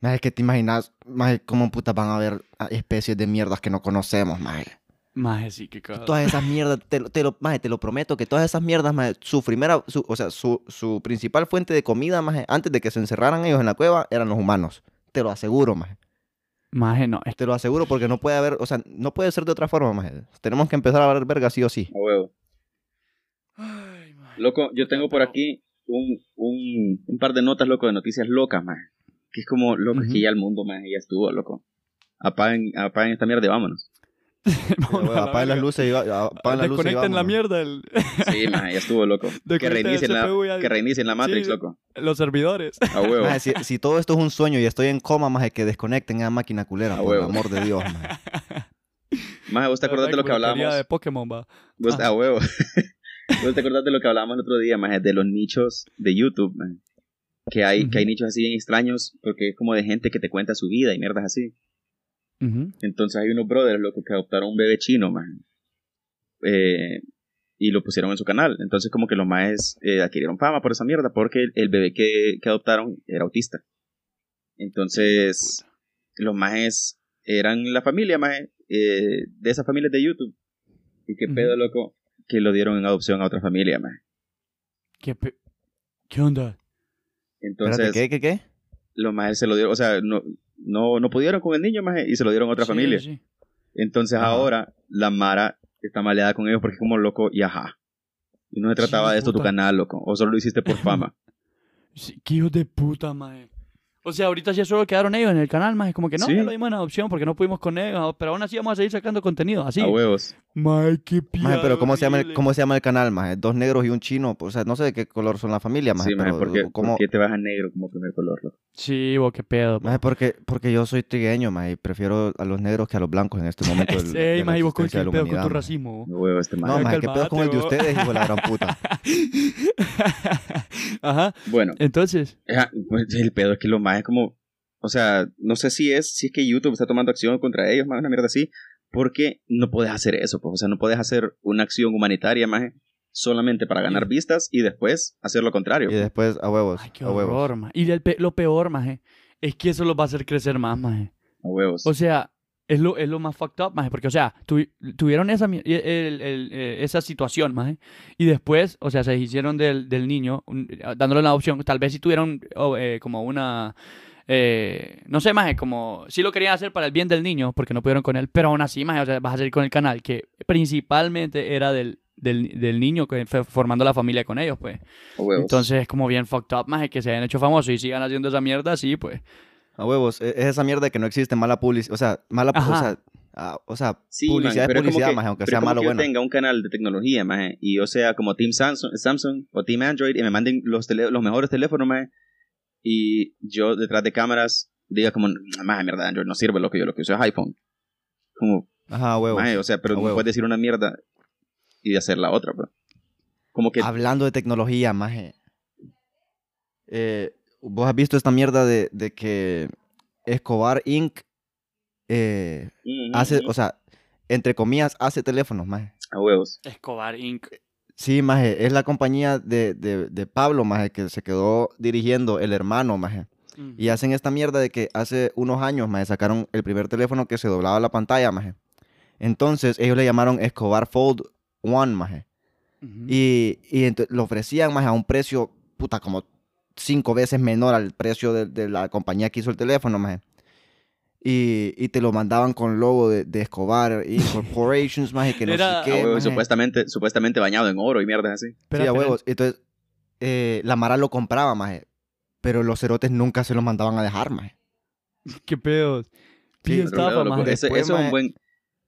Speaker 1: Maje, es que te imaginas, maje, cómo putas van a haber ah, especies de mierdas que no conocemos, maje.
Speaker 3: *laughs* Mae, sí, qué cagada.
Speaker 1: Todas esas mierdas, te, lo- te lo, maje, te lo prometo, que todas esas mierdas, maje, su primera, su- o sea, su, su principal fuente de comida, maje, antes de que se encerraran ellos en la cueva, eran los humanos. Te lo aseguro, maje.
Speaker 3: Mae, no. es-
Speaker 1: Te lo aseguro porque no puede haber, o sea, no puede ser de otra forma, maje. Tenemos que empezar a hablar verga sí o
Speaker 3: *laughs*
Speaker 1: sí.
Speaker 2: A huevo.
Speaker 3: Ay, mae.
Speaker 2: Loco, yo tengo por
Speaker 3: *laughs*
Speaker 2: aquí un, un, un par de notas, loco, de noticias locas, man. Que es como, loco, es que
Speaker 1: Ujú.
Speaker 2: ya el mundo, man, ya estuvo, loco. Apaguen, apaguen esta mierda y vámonos.
Speaker 3: Vámonos a la
Speaker 1: Apagan las
Speaker 3: verga.
Speaker 1: luces y va- apagan las luces y
Speaker 3: Desconecten la
Speaker 1: vámonos.
Speaker 3: mierda, el- *laughs*
Speaker 2: Sí, man, ya estuvo, loco. Que
Speaker 3: Desconecten el
Speaker 2: reinicien, la,
Speaker 3: CPU ya.
Speaker 2: que reinicien la Matrix,
Speaker 3: Sí.
Speaker 2: loco.
Speaker 3: los servidores.
Speaker 2: A huevo.
Speaker 1: Maje, si, si todo esto es un sueño y estoy en coma, maje, que desconecten a máquina culera,
Speaker 2: A
Speaker 3: Ah,
Speaker 1: por el
Speaker 2: huevo.
Speaker 1: amor de
Speaker 3: *laughs*
Speaker 1: Dios, maje.
Speaker 2: Más, vos te acordás de lo que
Speaker 3: Como la teoría
Speaker 2: hablábamos.
Speaker 3: de Pokémon, va.
Speaker 2: Vos- a huevo. *laughs* vos te acordás de lo que hablábamos el otro día, man, de los nichos de YouTube, man. Que hay, que hay
Speaker 3: Ujú.
Speaker 2: nichos así bien extraños porque es como de gente que te cuenta su vida y mierdas así.
Speaker 3: Ujú.
Speaker 2: Entonces hay unos brothers, loco, que adoptaron un bebé chino, man. Eh, y lo pusieron en su canal. Entonces como que los maes eh, adquirieron fama por esa mierda, porque el, el bebé que, que adoptaron era autista. Entonces
Speaker 3: Puta.
Speaker 2: los maes eran la familia, maje, eh, de esas familias de YouTube. Y qué
Speaker 3: Ujú.
Speaker 2: pedo, loco, que lo dieron en adopción a otra familia, maje.
Speaker 3: ¿Qué, pe- ¿Qué onda?
Speaker 2: Entonces
Speaker 1: Espérate, ¿qué, qué, qué?
Speaker 2: los maes se lo dieron, o sea, no, no, no pudieron con el niño, maje, y se lo dieron a otra
Speaker 3: Sí,
Speaker 2: familia.
Speaker 3: sí.
Speaker 2: Entonces
Speaker 1: Ajá.
Speaker 2: ahora la Mara está maleada con ellos porque es como loco y ajá. Y no se trataba
Speaker 3: Sí,
Speaker 2: de esto tu
Speaker 3: puta.
Speaker 2: canal, loco. O solo lo hiciste por
Speaker 1: *laughs*
Speaker 2: fama.
Speaker 3: Sí, qué hijo de puta, mae. O sea, ahorita ya solo quedaron ellos en el canal, mae. Como que no,
Speaker 2: Sí.
Speaker 3: ya lo dimos en adopción porque no pudimos con ellos. ah, Pero aún así vamos a seguir sacando contenido. Así.
Speaker 2: A huevos.
Speaker 3: Mae, qué piada.
Speaker 1: Maje, pero ¿cómo se, llama el,
Speaker 3: horrible.
Speaker 1: ¿cómo se llama el canal, maje? Dos negros y un chino. pues, O sea, no sé de qué color son la familia, maje.
Speaker 2: sí, maje,
Speaker 1: pero
Speaker 2: ¿por qué,
Speaker 1: ¿cómo-
Speaker 2: por qué te vas a negro como primer color, loco?
Speaker 3: Sí, vos, qué pedo. *laughs*
Speaker 1: Maje, porque, porque yo soy trigueño, maje, y prefiero a los negros que a los blancos en
Speaker 3: *laughs*
Speaker 1: este momento del, de
Speaker 3: Ey,
Speaker 1: la
Speaker 3: mae, y vos con
Speaker 1: existencia
Speaker 3: qué
Speaker 1: de la
Speaker 3: pedo con
Speaker 1: humanidad, maje.
Speaker 3: tu racismo.
Speaker 2: A huevo este
Speaker 1: No,
Speaker 2: maje.
Speaker 3: Maje,
Speaker 1: maje, qué pedo con el de
Speaker 3: calmate, vos.
Speaker 1: ustedes, hijo de la gran puta.
Speaker 3: *laughs* Ajá.
Speaker 2: Bueno,
Speaker 3: Entonces.
Speaker 2: ajá, pues, el pedo es que los majes como... O sea, no sé si es, si es que YouTube está tomando acción contra ellos, más una mierda así. Porque no puedes hacer eso, pues. O sea, no puedes hacer una acción humanitaria, maje, solamente para ganar vistas y después hacer lo contrario.
Speaker 1: Y después, a huevos,
Speaker 3: Ay, qué
Speaker 1: a huevos.
Speaker 3: horror, maje. Y el pe- lo peor, maje, es que eso los va a hacer crecer más, maje.
Speaker 2: A huevos.
Speaker 1: pues,
Speaker 3: O sea, es lo, es lo más fucked up, maje, porque, o sea, tuvi- tuvieron esa, mi- el- el- eh, esa situación, maje, y después, o sea, se hicieron del, del niño, un- eh, dándole la opción, tal vez si tuvieron oh, eh, como una... eh, no sé, maje, como sí lo querían hacer para el bien del niño, porque no pudieron con él, pero aún así, maje, o sea, vas a salir con el canal, que principalmente era del, del, del niño que fue formando la familia con ellos, pues.
Speaker 2: a huevos.
Speaker 3: Entonces es como bien fucked up, más que se hayan hecho famosos y sigan haciendo esa mierda así, pues.
Speaker 1: A huevos, e- es esa mierda que no existe mala publicidad. O sea, mala
Speaker 3: Ajá.
Speaker 1: o sea, ah, o sea,
Speaker 2: Sí, man,
Speaker 1: publicidad
Speaker 2: pero
Speaker 1: es
Speaker 2: es como
Speaker 1: publicidad,
Speaker 2: que-
Speaker 1: maje, aunque
Speaker 2: pero
Speaker 1: sea
Speaker 2: es como
Speaker 1: malo
Speaker 2: que yo
Speaker 1: bueno.
Speaker 2: tenga un canal de tecnología, maje, y yo sea como Team Samsung, Samsung o Team Android y me manden los, tele- los mejores teléfonos, maje, y yo detrás de cámaras diga como, maje, mierda, Android no sirve, lo que yo lo que uso es iPhone. Como,
Speaker 1: Ajá, a huevos.
Speaker 2: maje, o sea, pero
Speaker 1: a
Speaker 2: no
Speaker 1: huevo.
Speaker 2: puedes decir una mierda y hacer la otra, bro. Como que,
Speaker 1: Hablando de tecnología, maje. Eh, ¿Vos has visto esta mierda de, de que Escobar Inc. eh,
Speaker 2: mm,
Speaker 1: hace,
Speaker 2: mm,
Speaker 1: o sea, entre comillas, hace teléfonos, maje?
Speaker 2: a huevos.
Speaker 3: Escobar Inc.
Speaker 1: Sí, maje, es la compañía de, de, de Pablo, maje, que se quedó dirigiendo el hermano, maje. Y hacen esta mierda de que hace unos años, maje, sacaron el primer teléfono que se doblaba la pantalla, maje. Entonces ellos le llamaron Escobar Fold One, maje.
Speaker 3: Ujú.
Speaker 1: Y, y ento- lo ofrecían, maje, a un precio, puta, como cinco veces menor al precio de, de la compañía que hizo el teléfono, maje. Y, y te lo mandaban con logo de, de
Speaker 3: *laughs*
Speaker 1: Escobar Incorporations, maje, que no
Speaker 3: Era-
Speaker 1: sé
Speaker 2: a
Speaker 1: qué.
Speaker 2: huevos,
Speaker 1: maje.
Speaker 2: supuestamente, supuestamente bañado en oro y mierdas así.
Speaker 1: Sí, a huevos. Entonces, eh, la Mara lo compraba, maje. Pero los cerotes nunca se los mandaban a dejar, maje.
Speaker 3: Qué pedos.
Speaker 2: Pero,
Speaker 3: Bien estafa,
Speaker 2: loco,
Speaker 3: maje.
Speaker 2: ese,
Speaker 1: Después,
Speaker 2: eso es
Speaker 1: maje-
Speaker 2: un buen,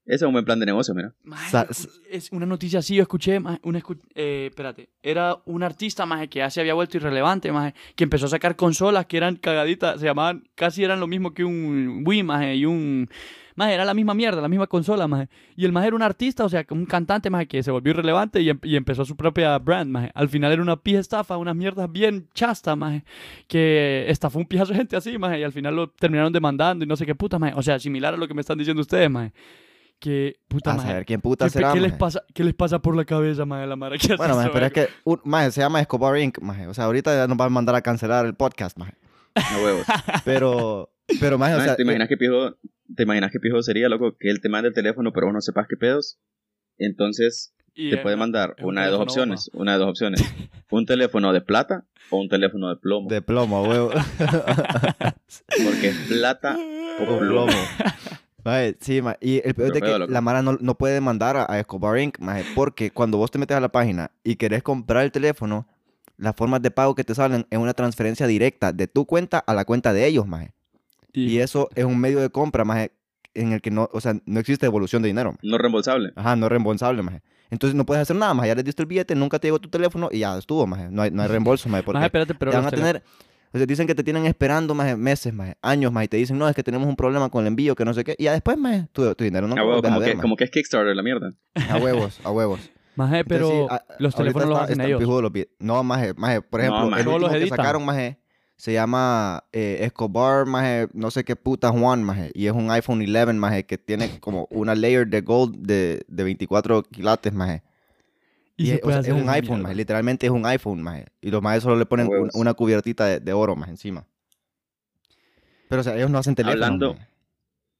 Speaker 2: ese es un buen plan de negocio, mira.
Speaker 3: Maje,
Speaker 1: Sa-
Speaker 3: yo escu- es una noticia así, yo escuché, maje, una escu- eh, espérate, era un artista maje, que ya se había vuelto irrelevante, maje, que empezó a sacar consolas que eran cagaditas, se llamaban, casi eran lo mismo que un Wii, maje, y un... Maje, era la misma mierda, la misma consola, maje. Y el maje era un artista, o sea, un cantante, maje, que se volvió irrelevante y, em- y empezó su propia brand, maje. Al final era una pija estafa, unas mierdas bien chasta, maje, que estafó un pijazo de gente así, maje, y al final lo terminaron demandando y no sé qué puta, maje. O sea, similar a lo que me están diciendo ustedes, maje. Que puta,
Speaker 1: A
Speaker 3: maje.
Speaker 1: Ah, saber quién puta
Speaker 3: ¿Qué,
Speaker 1: será,
Speaker 3: qué les
Speaker 1: maje.
Speaker 3: pasa, ¿Qué les pasa por la cabeza, madre, la mara que
Speaker 1: Bueno,
Speaker 3: hace
Speaker 1: maje,
Speaker 3: eso,
Speaker 1: pero es
Speaker 3: verga?
Speaker 1: que, un- maje, se llama Escobar Inc., maje. O sea, ahorita ya nos van a mandar a cancelar el podcast, maje.
Speaker 2: A huevos.
Speaker 1: Pero, pero,
Speaker 2: *laughs*
Speaker 1: maje, *laughs* o
Speaker 2: Maje,
Speaker 1: sea... eh,
Speaker 2: ¿te, imaginas qué pijo, ¿Te imaginas qué pijo sería, loco? Que él te mande el teléfono, pero vos no sepas qué pedos. Entonces,
Speaker 3: Y
Speaker 2: te
Speaker 3: es
Speaker 2: puede
Speaker 3: una- *laughs*
Speaker 2: mandar
Speaker 3: es un
Speaker 2: una de dos
Speaker 3: teléfono
Speaker 2: opciones. Una de dos opciones.
Speaker 3: *laughs*
Speaker 2: Un teléfono de plata o un teléfono de plomo.
Speaker 1: De plomo, huevo. *laughs*
Speaker 2: Porque es plata o
Speaker 1: Con *laughs*
Speaker 2: plomo.
Speaker 1: plomo. Maje, sí, maje. Y el peor es de
Speaker 2: Pero,
Speaker 1: que
Speaker 2: loco.
Speaker 1: la Mara no, no puede mandar a, a Escobar Inc., maje, porque cuando vos te metes a la página y querés comprar el teléfono, las formas de pago que te salen es una transferencia directa de tu cuenta a la cuenta de ellos, maje. Y eso es un medio de compra, maje, en el que no, o sea, no existe devolución de dinero, maje.
Speaker 2: No reembolsable.
Speaker 1: Ajá, no es reembolsable, maje. Entonces no puedes hacer nada, maje. Ya les diste el billete, nunca te llegó tu teléfono y ya estuvo, maje. No hay, no hay reembolso, maje, porque
Speaker 3: Maje, espérate, pero
Speaker 1: te van
Speaker 3: los
Speaker 1: a tener... O sea, dicen que te tienen esperando maje, meses, maje, años, maje, y te dicen, no, es que tenemos un problema con el envío, que no sé qué, y ya después, maje, tu, tu dinero no
Speaker 2: a
Speaker 1: lo
Speaker 2: huevo,
Speaker 1: vuelves a
Speaker 2: como,
Speaker 1: ver,
Speaker 2: que,
Speaker 1: maje.
Speaker 2: como que es Kickstarter la mierda.
Speaker 1: A huevos, a
Speaker 3: *laughs*
Speaker 1: huevos.
Speaker 3: teléfonos. Maje, pero
Speaker 1: Entonces, sí, a-
Speaker 3: los
Speaker 1: ahorita
Speaker 3: teléfonos los
Speaker 1: está-
Speaker 3: hacen
Speaker 1: están
Speaker 3: ellos.
Speaker 1: pijudos los vi- No, maje, maje, por
Speaker 2: No,
Speaker 1: ejemplo,
Speaker 2: maje.
Speaker 1: el
Speaker 3: Todos los
Speaker 1: último que
Speaker 3: editan.
Speaker 1: sacaron, maje, se llama eh, Escobar, maje, no sé qué puta Juan, maje, y es un iPhone 11, maje, que tiene como una layer de gold de, de 24 quilates, maje.
Speaker 3: Y
Speaker 1: Y
Speaker 3: se
Speaker 1: es, o
Speaker 3: puede
Speaker 1: sea,
Speaker 3: hacer
Speaker 1: es un
Speaker 3: esa
Speaker 1: iPhone, maje,
Speaker 3: mierda.
Speaker 1: literalmente es un iPhone, maje, y los majes solo le ponen un-
Speaker 2: huevos.
Speaker 1: una cubiertita de, de oro, maje, encima. Pero, o sea, ellos no hacen teléfono,
Speaker 2: Hablando-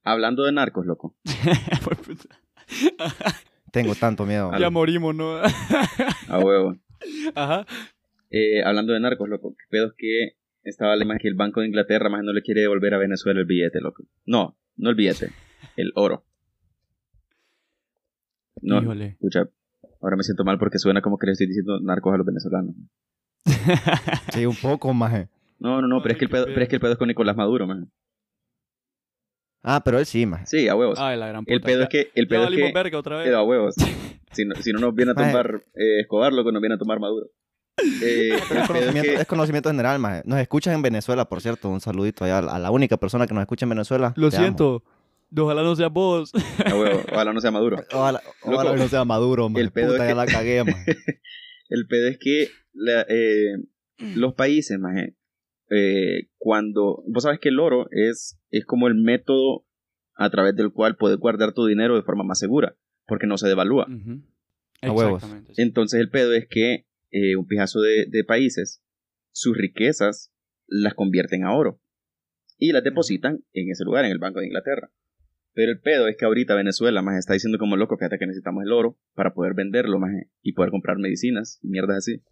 Speaker 2: Hablando de narcos, loco.
Speaker 3: *laughs* Fue puta.
Speaker 1: Tengo tanto miedo.
Speaker 2: *laughs* Habla-
Speaker 3: ya morimos, ¿no? *laughs*
Speaker 2: A huevo.
Speaker 3: Ajá.
Speaker 2: Eh, hablando de narcos, loco. ¿Qué pedos que estaba la imagen que el Banco de Inglaterra más no le quiere devolver a Venezuela el billete, loco? No, no el billete. El oro. No,
Speaker 3: Híjole.
Speaker 2: Escucha, ahora me siento mal porque suena como que le estoy diciendo narcos a los venezolanos.
Speaker 1: Sí, un poco, maje.
Speaker 2: No, no, no, pero
Speaker 3: Ay,
Speaker 2: es que el
Speaker 3: qué
Speaker 2: pedo,
Speaker 3: pedo.
Speaker 2: pero es que el pedo es con Nicolás Maduro, man.
Speaker 1: Ah, pero él sí, maje.
Speaker 2: Sí, a huevos.
Speaker 3: Ay, la gran puta.
Speaker 2: el pedo es que el
Speaker 3: Ah, Ya
Speaker 2: pedo es
Speaker 3: valimos
Speaker 2: que
Speaker 3: verga otra vez.
Speaker 2: quedó a
Speaker 3: *laughs*
Speaker 2: huevos. Si no, si no nos viene a
Speaker 1: Maje.
Speaker 2: tomar eh, Escobar, loco, nos viene a tomar Maduro. Eh,
Speaker 1: Pero
Speaker 2: el
Speaker 1: es,
Speaker 2: pedo es
Speaker 1: conocimiento,
Speaker 2: que
Speaker 1: es conocimiento general, maje. Nos escuchan en Venezuela, por cierto. Un saludito allá a la- a la única persona que nos escucha en Venezuela.
Speaker 3: Lo
Speaker 1: Te amo.
Speaker 3: siento. Ojalá no seas vos.
Speaker 2: *laughs* a huevos, ojalá no sea Maduro.
Speaker 1: Ojalá, ojalá
Speaker 2: Loco,
Speaker 1: no sea Maduro, maje.
Speaker 2: el pedo
Speaker 1: Puta,
Speaker 2: es
Speaker 1: ya
Speaker 2: que-
Speaker 1: la cagué,
Speaker 2: *laughs*
Speaker 1: maje.
Speaker 2: El pedo es que la- eh, los países, maje, eh, cuando. Vos sabes que el oro es, es como el método a través del cual puedes guardar tu dinero de forma más segura, porque no se devalúa.
Speaker 3: Ujú.
Speaker 1: A huevos.
Speaker 3: Exactamente, sí.
Speaker 2: Entonces el pedo es que eh, un pijazo de, de países, sus riquezas las convierten a oro y las depositan en ese lugar, en el Banco de Inglaterra. Pero el pedo es que ahorita Venezuela más está diciendo como loco, fíjate que necesitamos el oro para poder venderlo más y poder comprar medicinas y mierdas así.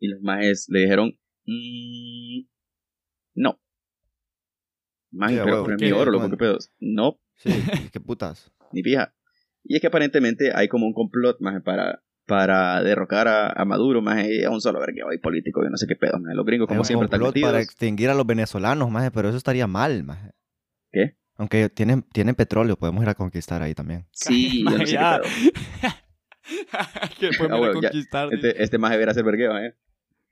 Speaker 2: Y los majes le dijeron, "Mm, no. Más
Speaker 1: Sí, a
Speaker 2: pero
Speaker 1: huevo.
Speaker 2: pero es
Speaker 3: ¿Por
Speaker 2: mi
Speaker 3: qué?
Speaker 2: oro, loco,
Speaker 1: Bueno.
Speaker 2: qué pedos. No,
Speaker 1: Sí, qué putas.
Speaker 2: ni pija. Y es que aparentemente hay como un complot más para para derrocar a, a Maduro, más a un solo vergueo y político, yo no sé qué pedo, maje. Los gringos, como
Speaker 1: Es un
Speaker 2: siempre, están
Speaker 1: complot
Speaker 2: metidos.
Speaker 1: para extinguir a los venezolanos, maje, pero eso estaría mal, maje.
Speaker 2: ¿Qué?
Speaker 1: Aunque tienen, tienen petróleo, podemos ir a conquistar ahí también.
Speaker 2: Sí, yo no sé qué
Speaker 3: Ya.
Speaker 2: pedo.
Speaker 3: *laughs* que después me
Speaker 2: Ah,
Speaker 3: la
Speaker 2: bueno, ya.
Speaker 3: conquistar.
Speaker 2: Este, este más deberá ser vergueo, ¿eh?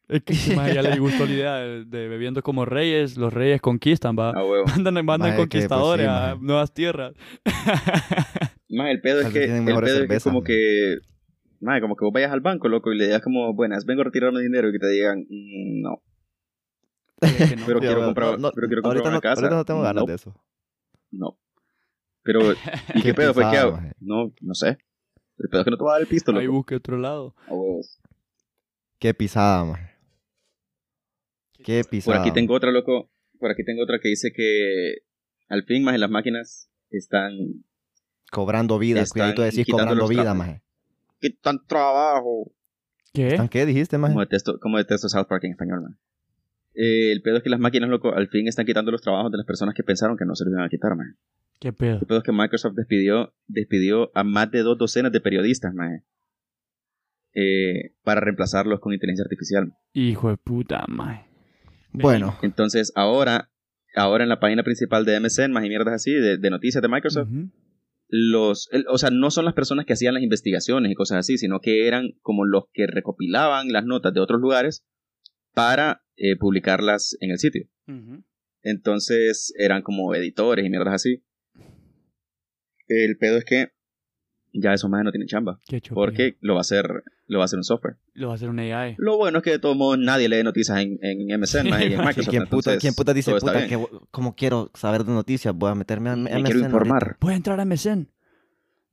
Speaker 3: Es que este maje ya le gustó la idea de, de bebiendo como reyes, los reyes conquistan, va.
Speaker 2: A huevo.
Speaker 3: *laughs* Mandan, mandan
Speaker 1: Maje, que, pues,
Speaker 3: conquistadores
Speaker 1: sí,
Speaker 3: a
Speaker 1: maje. *laughs*
Speaker 3: nuevas tierras.
Speaker 2: Más el pedo es
Speaker 1: Tal
Speaker 2: que,
Speaker 1: vez
Speaker 2: el
Speaker 1: tienen
Speaker 2: pedo
Speaker 1: mejores
Speaker 2: es que
Speaker 1: cervezas,
Speaker 2: como
Speaker 1: ¿no?
Speaker 2: que, más como que vos vayas al banco, loco, y le digas como, buenas, vengo a retirarme dinero y que te digan, "Mm, no.
Speaker 3: Es que no.
Speaker 2: Pero
Speaker 1: Ya,
Speaker 2: quiero
Speaker 1: bueno,
Speaker 2: comprar- pero quiero comprar
Speaker 1: ahorita
Speaker 2: una
Speaker 1: no,
Speaker 2: casa.
Speaker 1: Ahorita no tengo ganas
Speaker 2: Nope.
Speaker 1: de eso.
Speaker 2: No. Pero, ¿y qué,
Speaker 1: *laughs* Qué eh.
Speaker 2: pedo? Pues, ¿qué
Speaker 1: pisado,
Speaker 2: hago?
Speaker 1: maje.
Speaker 2: No, no sé. El pedo es que no te va a dar el pisto,
Speaker 3: Ahí
Speaker 2: loco.
Speaker 3: busque otro lado.
Speaker 2: A huevos.
Speaker 1: Qué pisada, maje. Qué
Speaker 2: Por
Speaker 1: pisada.
Speaker 2: aquí tengo otra, loco. Por aquí tengo otra que dice que al fin, más las máquinas están...
Speaker 1: Cobrando vida,
Speaker 2: Están
Speaker 1: cuidadito decís
Speaker 2: quitando
Speaker 1: cobrando
Speaker 2: los
Speaker 1: vida,
Speaker 2: trapos.
Speaker 1: maje.
Speaker 2: ¡Quitan trabajo!
Speaker 3: ¿Qué?
Speaker 1: ¿Están qué dijiste, maje?
Speaker 2: Como detesto, como detesto South Park en español, man. Eh, el pedo es que las máquinas, loco, al fin están quitando los trabajos de las personas que pensaron que no se los iban a quitar, man.
Speaker 3: ¿Qué pedo?
Speaker 2: El pedo es que Microsoft despidió, despidió a más de dos docenas de periodistas, man. Eh, para reemplazarlos con inteligencia artificial.
Speaker 3: Hijo de puta, maje.
Speaker 1: Bueno,
Speaker 2: Entonces, ahora, ahora en la página principal de MSN, más y mierdas así, de, de noticias de Microsoft,
Speaker 3: Ujú.
Speaker 2: los, el- o sea, no son las personas que hacían las investigaciones y cosas así, sino que eran como los que recopilaban las notas de otros lugares para eh, publicarlas en el sitio.
Speaker 3: Ujú.
Speaker 2: Entonces, eran como editores y mierdas así. El pedo es que ya esos más no tienen chamba,
Speaker 3: Qué chupilla.
Speaker 2: porque lo va a hacer, lo va a hacer un software.
Speaker 3: Lo va a hacer una AI.
Speaker 2: Lo bueno es que de todos modos nadie lee noticias en, en
Speaker 1: *laughs*
Speaker 2: MSN, más en Microsoft.
Speaker 1: sí, ¿quién, puta,
Speaker 2: entonces,
Speaker 1: ¿quién puta dice,
Speaker 2: todo está
Speaker 1: puta,
Speaker 2: bien.
Speaker 1: que, como quiero saber de noticias? Voy a meterme a
Speaker 2: Me
Speaker 1: MSN
Speaker 2: quiero
Speaker 1: ahorita.
Speaker 2: informar.
Speaker 3: Voy a entrar a MSN.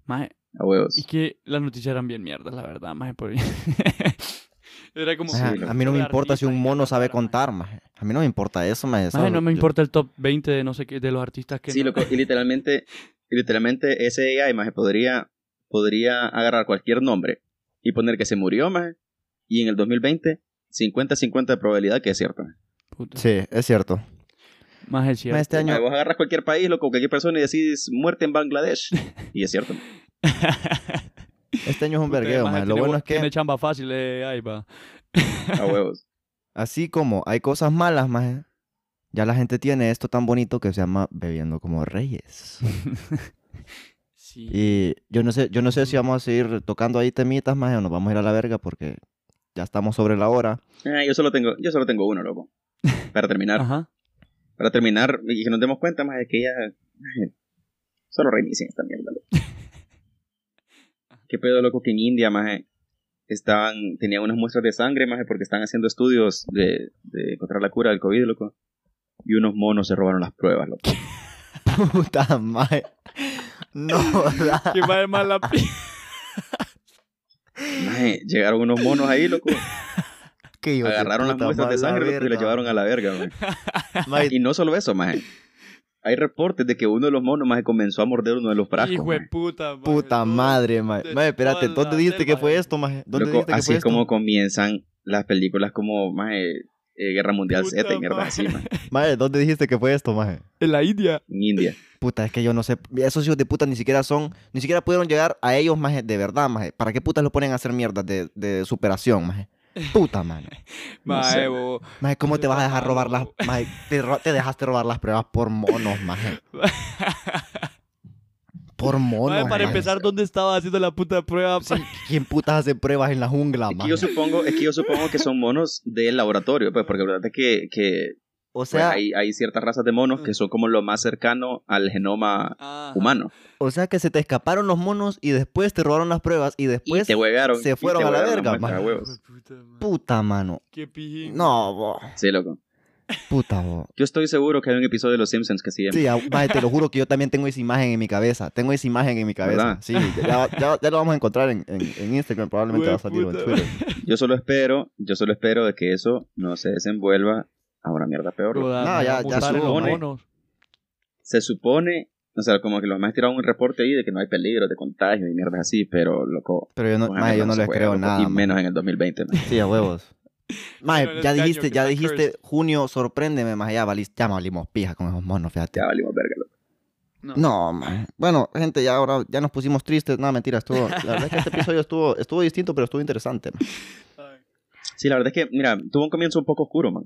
Speaker 3: Maje,
Speaker 2: A huevos.
Speaker 3: y que las noticias eran bien mierdas, la verdad, maje. por- *laughs* Era como...
Speaker 1: Ajá,
Speaker 2: Sí,
Speaker 1: a mí no me importa si un mono sabe
Speaker 3: Maje.
Speaker 1: contar, maje. A mí no me importa eso, maje.
Speaker 3: Maje,
Speaker 1: Solo-
Speaker 3: no me
Speaker 1: yo-
Speaker 3: importa el top 20 de no sé qué, de los artistas que...
Speaker 2: Sí,
Speaker 3: no-
Speaker 2: loco, y literalmente, y literalmente ese AI, maje, podría, podría agarrar cualquier nombre y poner que se murió, maje, y en el 2020, 50-50 de probabilidad que es cierto. maje.
Speaker 3: Puta.
Speaker 1: Sí, es cierto.
Speaker 3: Más es cierto.
Speaker 1: Maje, Este
Speaker 2: Maje,
Speaker 1: año,
Speaker 2: vos agarras cualquier país, loco, cualquier persona y decís muerte en Bangladesh, y es cierto. maje.
Speaker 1: este año es un
Speaker 3: Puta,
Speaker 1: vergueo,
Speaker 3: maje,
Speaker 1: maje. Lo
Speaker 3: tiene-
Speaker 1: bueno es que...
Speaker 3: Tiene chamba fácil, eh, ahí va.
Speaker 2: A huevos.
Speaker 1: Así como hay cosas malas, maje, ya la gente tiene esto tan bonito que se llama bebiendo como reyes.
Speaker 3: Sí.
Speaker 1: Y yo no sé, yo no sé si vamos a seguir tocando ahí temitas, maje, o nos vamos a ir a la verga porque ya estamos sobre la
Speaker 2: *laughs*
Speaker 1: hora.
Speaker 2: Ah, yo solo tengo, yo solo tengo uno, loco. Para terminar,
Speaker 3: Ajá.
Speaker 2: para terminar, y que nos demos cuenta, más que ya, maje, solo reinicien esta mierda, loco. *laughs* Qué pedo, loco, que en India, maje, estaban, tenían unas muestras de sangre, maje, porque están haciendo estudios de, de encontrar la cura del COVID, loco. Y unos monos se robaron las pruebas, *laughs* loco.
Speaker 1: Puta maje. No, da.
Speaker 3: ¿Qué más es
Speaker 1: *laughs*
Speaker 3: más la pi-
Speaker 2: Maje, eh, llegaron unos monos ahí, *laughs* loco.
Speaker 1: que yo
Speaker 2: Agarraron las muestras de sangre loco, y las llevaron a la verga, *laughs* maje.
Speaker 1: Maje,
Speaker 2: Y no solo eso, maje. Hay reportes de que uno de los monos, maje, comenzó a morder uno de los frascos.
Speaker 3: Hijo de
Speaker 2: maje.
Speaker 3: puta, maje,
Speaker 1: puta
Speaker 3: todo.
Speaker 1: madre, maje.
Speaker 3: de
Speaker 1: Maje, espérate,
Speaker 3: toda la
Speaker 1: ¿dónde dijiste que
Speaker 3: selva,
Speaker 1: fue
Speaker 3: eh.
Speaker 1: esto, maje? ¿Dónde
Speaker 2: Loco,
Speaker 1: dijiste que
Speaker 2: así
Speaker 1: fue
Speaker 2: es como
Speaker 1: esto?
Speaker 2: comienzan las películas como, maje, eh, Guerra Mundial
Speaker 3: Puta
Speaker 2: 7 y mierda
Speaker 3: madre.
Speaker 2: así, maje,
Speaker 1: Maje, ¿dónde dijiste que fue esto, maje?
Speaker 3: En la India.
Speaker 1: *laughs*
Speaker 2: en India.
Speaker 1: Puta, es que yo no sé. Esos hijos de puta ni siquiera son. Ni siquiera pudieron llegar a ellos, maje. De verdad, maje. ¿Para qué putas lo ponen a hacer mierdas de, de superación, maje?
Speaker 3: *laughs*
Speaker 1: Puta, mano.
Speaker 2: No
Speaker 3: Maje,
Speaker 2: sé.
Speaker 3: bobo.
Speaker 1: Maje, ¿cómo te vas a dejar robar las.
Speaker 3: Malo.
Speaker 1: Maje, te, ro- te dejaste robar las pruebas por monos, maje. Por monos.
Speaker 3: Maje, para
Speaker 1: maje.
Speaker 3: empezar, ¿dónde estaba haciendo la puta prueba?
Speaker 1: Oh, Sí, ¿Quién putas hace pruebas en la jungla,
Speaker 2: Es que
Speaker 1: maje?
Speaker 2: yo supongo, es que yo supongo que son monos del laboratorio, pues, porque la verdad es que, que,
Speaker 1: O
Speaker 2: pues,
Speaker 1: sea,
Speaker 2: hay, hay ciertas razas de monos
Speaker 1: Ah.
Speaker 2: que son como lo más cercano al genoma
Speaker 3: Ajá.
Speaker 2: humano.
Speaker 1: o sea que se te escaparon los monos y después te robaron las pruebas y
Speaker 2: Y
Speaker 1: después.
Speaker 2: te huevearon.
Speaker 1: se
Speaker 2: y te
Speaker 1: fueron a la
Speaker 2: huevearon
Speaker 1: verga,
Speaker 2: las
Speaker 1: maje.
Speaker 2: muestras,
Speaker 3: Hijo de
Speaker 2: huevos.
Speaker 3: puta, maje.
Speaker 1: Puta, mano.
Speaker 3: Qué pijín.
Speaker 1: No, bo.
Speaker 2: Sí, loco.
Speaker 1: Puta, bo.
Speaker 2: Yo estoy seguro que hay un episodio de Los Simpsons que sigue.
Speaker 1: Sí, a- mae, te lo juro que yo también tengo esa imagen en mi cabeza. Tengo esa imagen en mi cabeza.
Speaker 2: ¿Verdad?
Speaker 1: Sí, ya, ya- ya lo vamos a encontrar en, en- en Instagram, probablemente va a salir o en
Speaker 3: Hueputa.
Speaker 1: Twitter.
Speaker 2: Yo solo espero, yo solo espero de que eso no se desenvuelva a una mierda peor. loco.
Speaker 3: Roda,
Speaker 1: No,
Speaker 3: maje,
Speaker 1: ya-
Speaker 3: va a
Speaker 1: ya
Speaker 3: mutar en los
Speaker 2: supone.
Speaker 3: monos.
Speaker 2: Se supone, o sea, como que los más tiraron un reporte ahí de que no hay peligro de contagio y mierdas así, pero loco.
Speaker 1: Pero yo no,
Speaker 2: ojalá
Speaker 1: mae, yo no
Speaker 2: se
Speaker 1: les
Speaker 2: juegue,
Speaker 1: creo
Speaker 2: loco,
Speaker 1: nada.
Speaker 2: Y
Speaker 1: mae.
Speaker 2: menos en el 2020. mae.
Speaker 1: Sí, a huevos. Mae,
Speaker 3: Pero en
Speaker 1: ya
Speaker 3: este año
Speaker 1: dijiste,
Speaker 3: que
Speaker 1: ya
Speaker 3: está
Speaker 1: dijiste, junio, sorpréndeme, mae, ya, valiste- ya me valimos pija con esos monos, fíjate.
Speaker 2: Ya valimos verga, loco.
Speaker 3: No.
Speaker 1: No, man. Bueno, gente, ya ahora ya nos pusimos tristes. Nada, mentiras. Estuvo, la verdad es que este episodio estuvo, estuvo distinto, pero estuvo interesante. man.
Speaker 3: Ay.
Speaker 2: Sí, la verdad es que, mira, tuvo un comienzo un poco oscuro, man.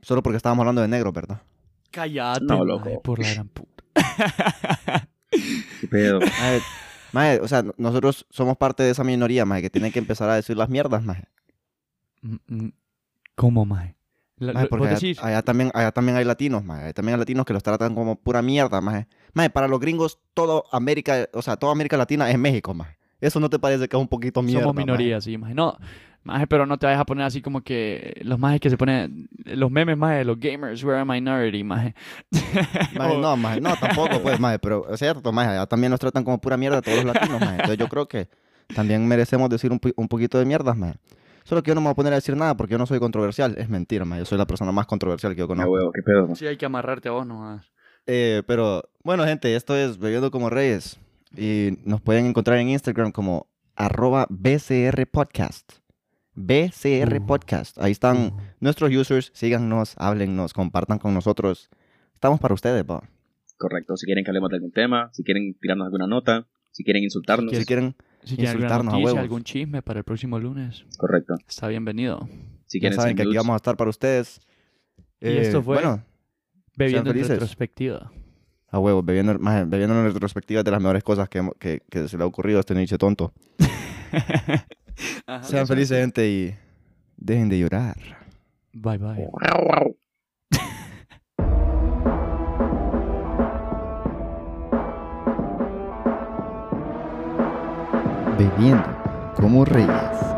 Speaker 1: Solo porque estábamos hablando de negro, ¿verdad?
Speaker 3: Cállate.
Speaker 2: No,
Speaker 3: mae,
Speaker 2: loco.
Speaker 3: por la gran puta.
Speaker 2: Qué
Speaker 1: *laughs*
Speaker 2: pedo.
Speaker 1: Mae, mae, o sea, nosotros somos parte de esa minoría, mae, que tiene que empezar a decir las mierdas, mae.
Speaker 3: Mm, mm. ¿Cómo, mae? La-
Speaker 1: Mae,
Speaker 3: lo-
Speaker 1: porque
Speaker 3: vos
Speaker 1: allá,
Speaker 3: decís,
Speaker 1: allá también, allá también hay latinos, mae. Allá También hay latinos que los tratan como pura mierda, mae. Mae, para los gringos, toda América, o sea, toda América Latina es México, mae. ¿Eso no te parece que es un poquito mierda,
Speaker 3: somos
Speaker 1: mae?
Speaker 3: minorías, sí, mae. No, mae, pero no te vayas a poner así como que los majes que se ponen, los memes, mae, los gamers, we're a minority, mae. *laughs*
Speaker 1: Mae,
Speaker 3: O-
Speaker 1: no, mae, no, tampoco, pues, mae, pero es cierto, mae, allá también nos tratan como pura mierda a todos los latinos, mae. Entonces yo creo que también merecemos decir un, pi- un poquito de mierdas, mae. Solo que yo no me voy a poner a decir nada porque yo no soy controversial. Es mentira, mae. Yo soy la persona más controversial que yo
Speaker 2: No,
Speaker 1: conozco.
Speaker 2: huevo, qué pedo. man.
Speaker 3: Sí, hay que amarrarte a vos nomás.
Speaker 1: Eh, pero bueno, gente, esto es Bebiendo como Reyes. Y nos pueden encontrar en Instagram como arroba BCR Podcast. BCR
Speaker 3: Uh.
Speaker 1: Podcast. Ahí están nuestros users. Síganos, háblennos, compartan con nosotros. Estamos para ustedes, pa.
Speaker 2: Correcto. Si quieren que hablemos de algún tema, si quieren tirarnos alguna nota, si quieren insultarnos,
Speaker 1: Si
Speaker 3: ¿Quieres-
Speaker 1: quieren,
Speaker 3: Si quieren alguna
Speaker 1: Insultarnos a
Speaker 3: noticia,
Speaker 1: huevos.
Speaker 3: algún chisme para el próximo lunes,
Speaker 2: correcto.
Speaker 3: está bienvenido.
Speaker 2: Si
Speaker 1: ya
Speaker 2: quieren
Speaker 1: saben que aquí
Speaker 2: nudes,
Speaker 1: vamos a estar para ustedes. Eh,
Speaker 3: Y esto fue-
Speaker 1: Bueno,
Speaker 3: Bebiendo en
Speaker 1: felices.
Speaker 3: retrospectiva.
Speaker 1: a huevo, bebiendo, maje, bebiendo en retrospectiva es de las mejores cosas que, hemos- que- que se le ha ocurrido a este niche tonto.
Speaker 3: Ajá.
Speaker 1: Sean felices, gente, y dejen de llorar.
Speaker 3: Bye,
Speaker 1: Oh.
Speaker 3: bye.
Speaker 1: Bebiendo como Reyes.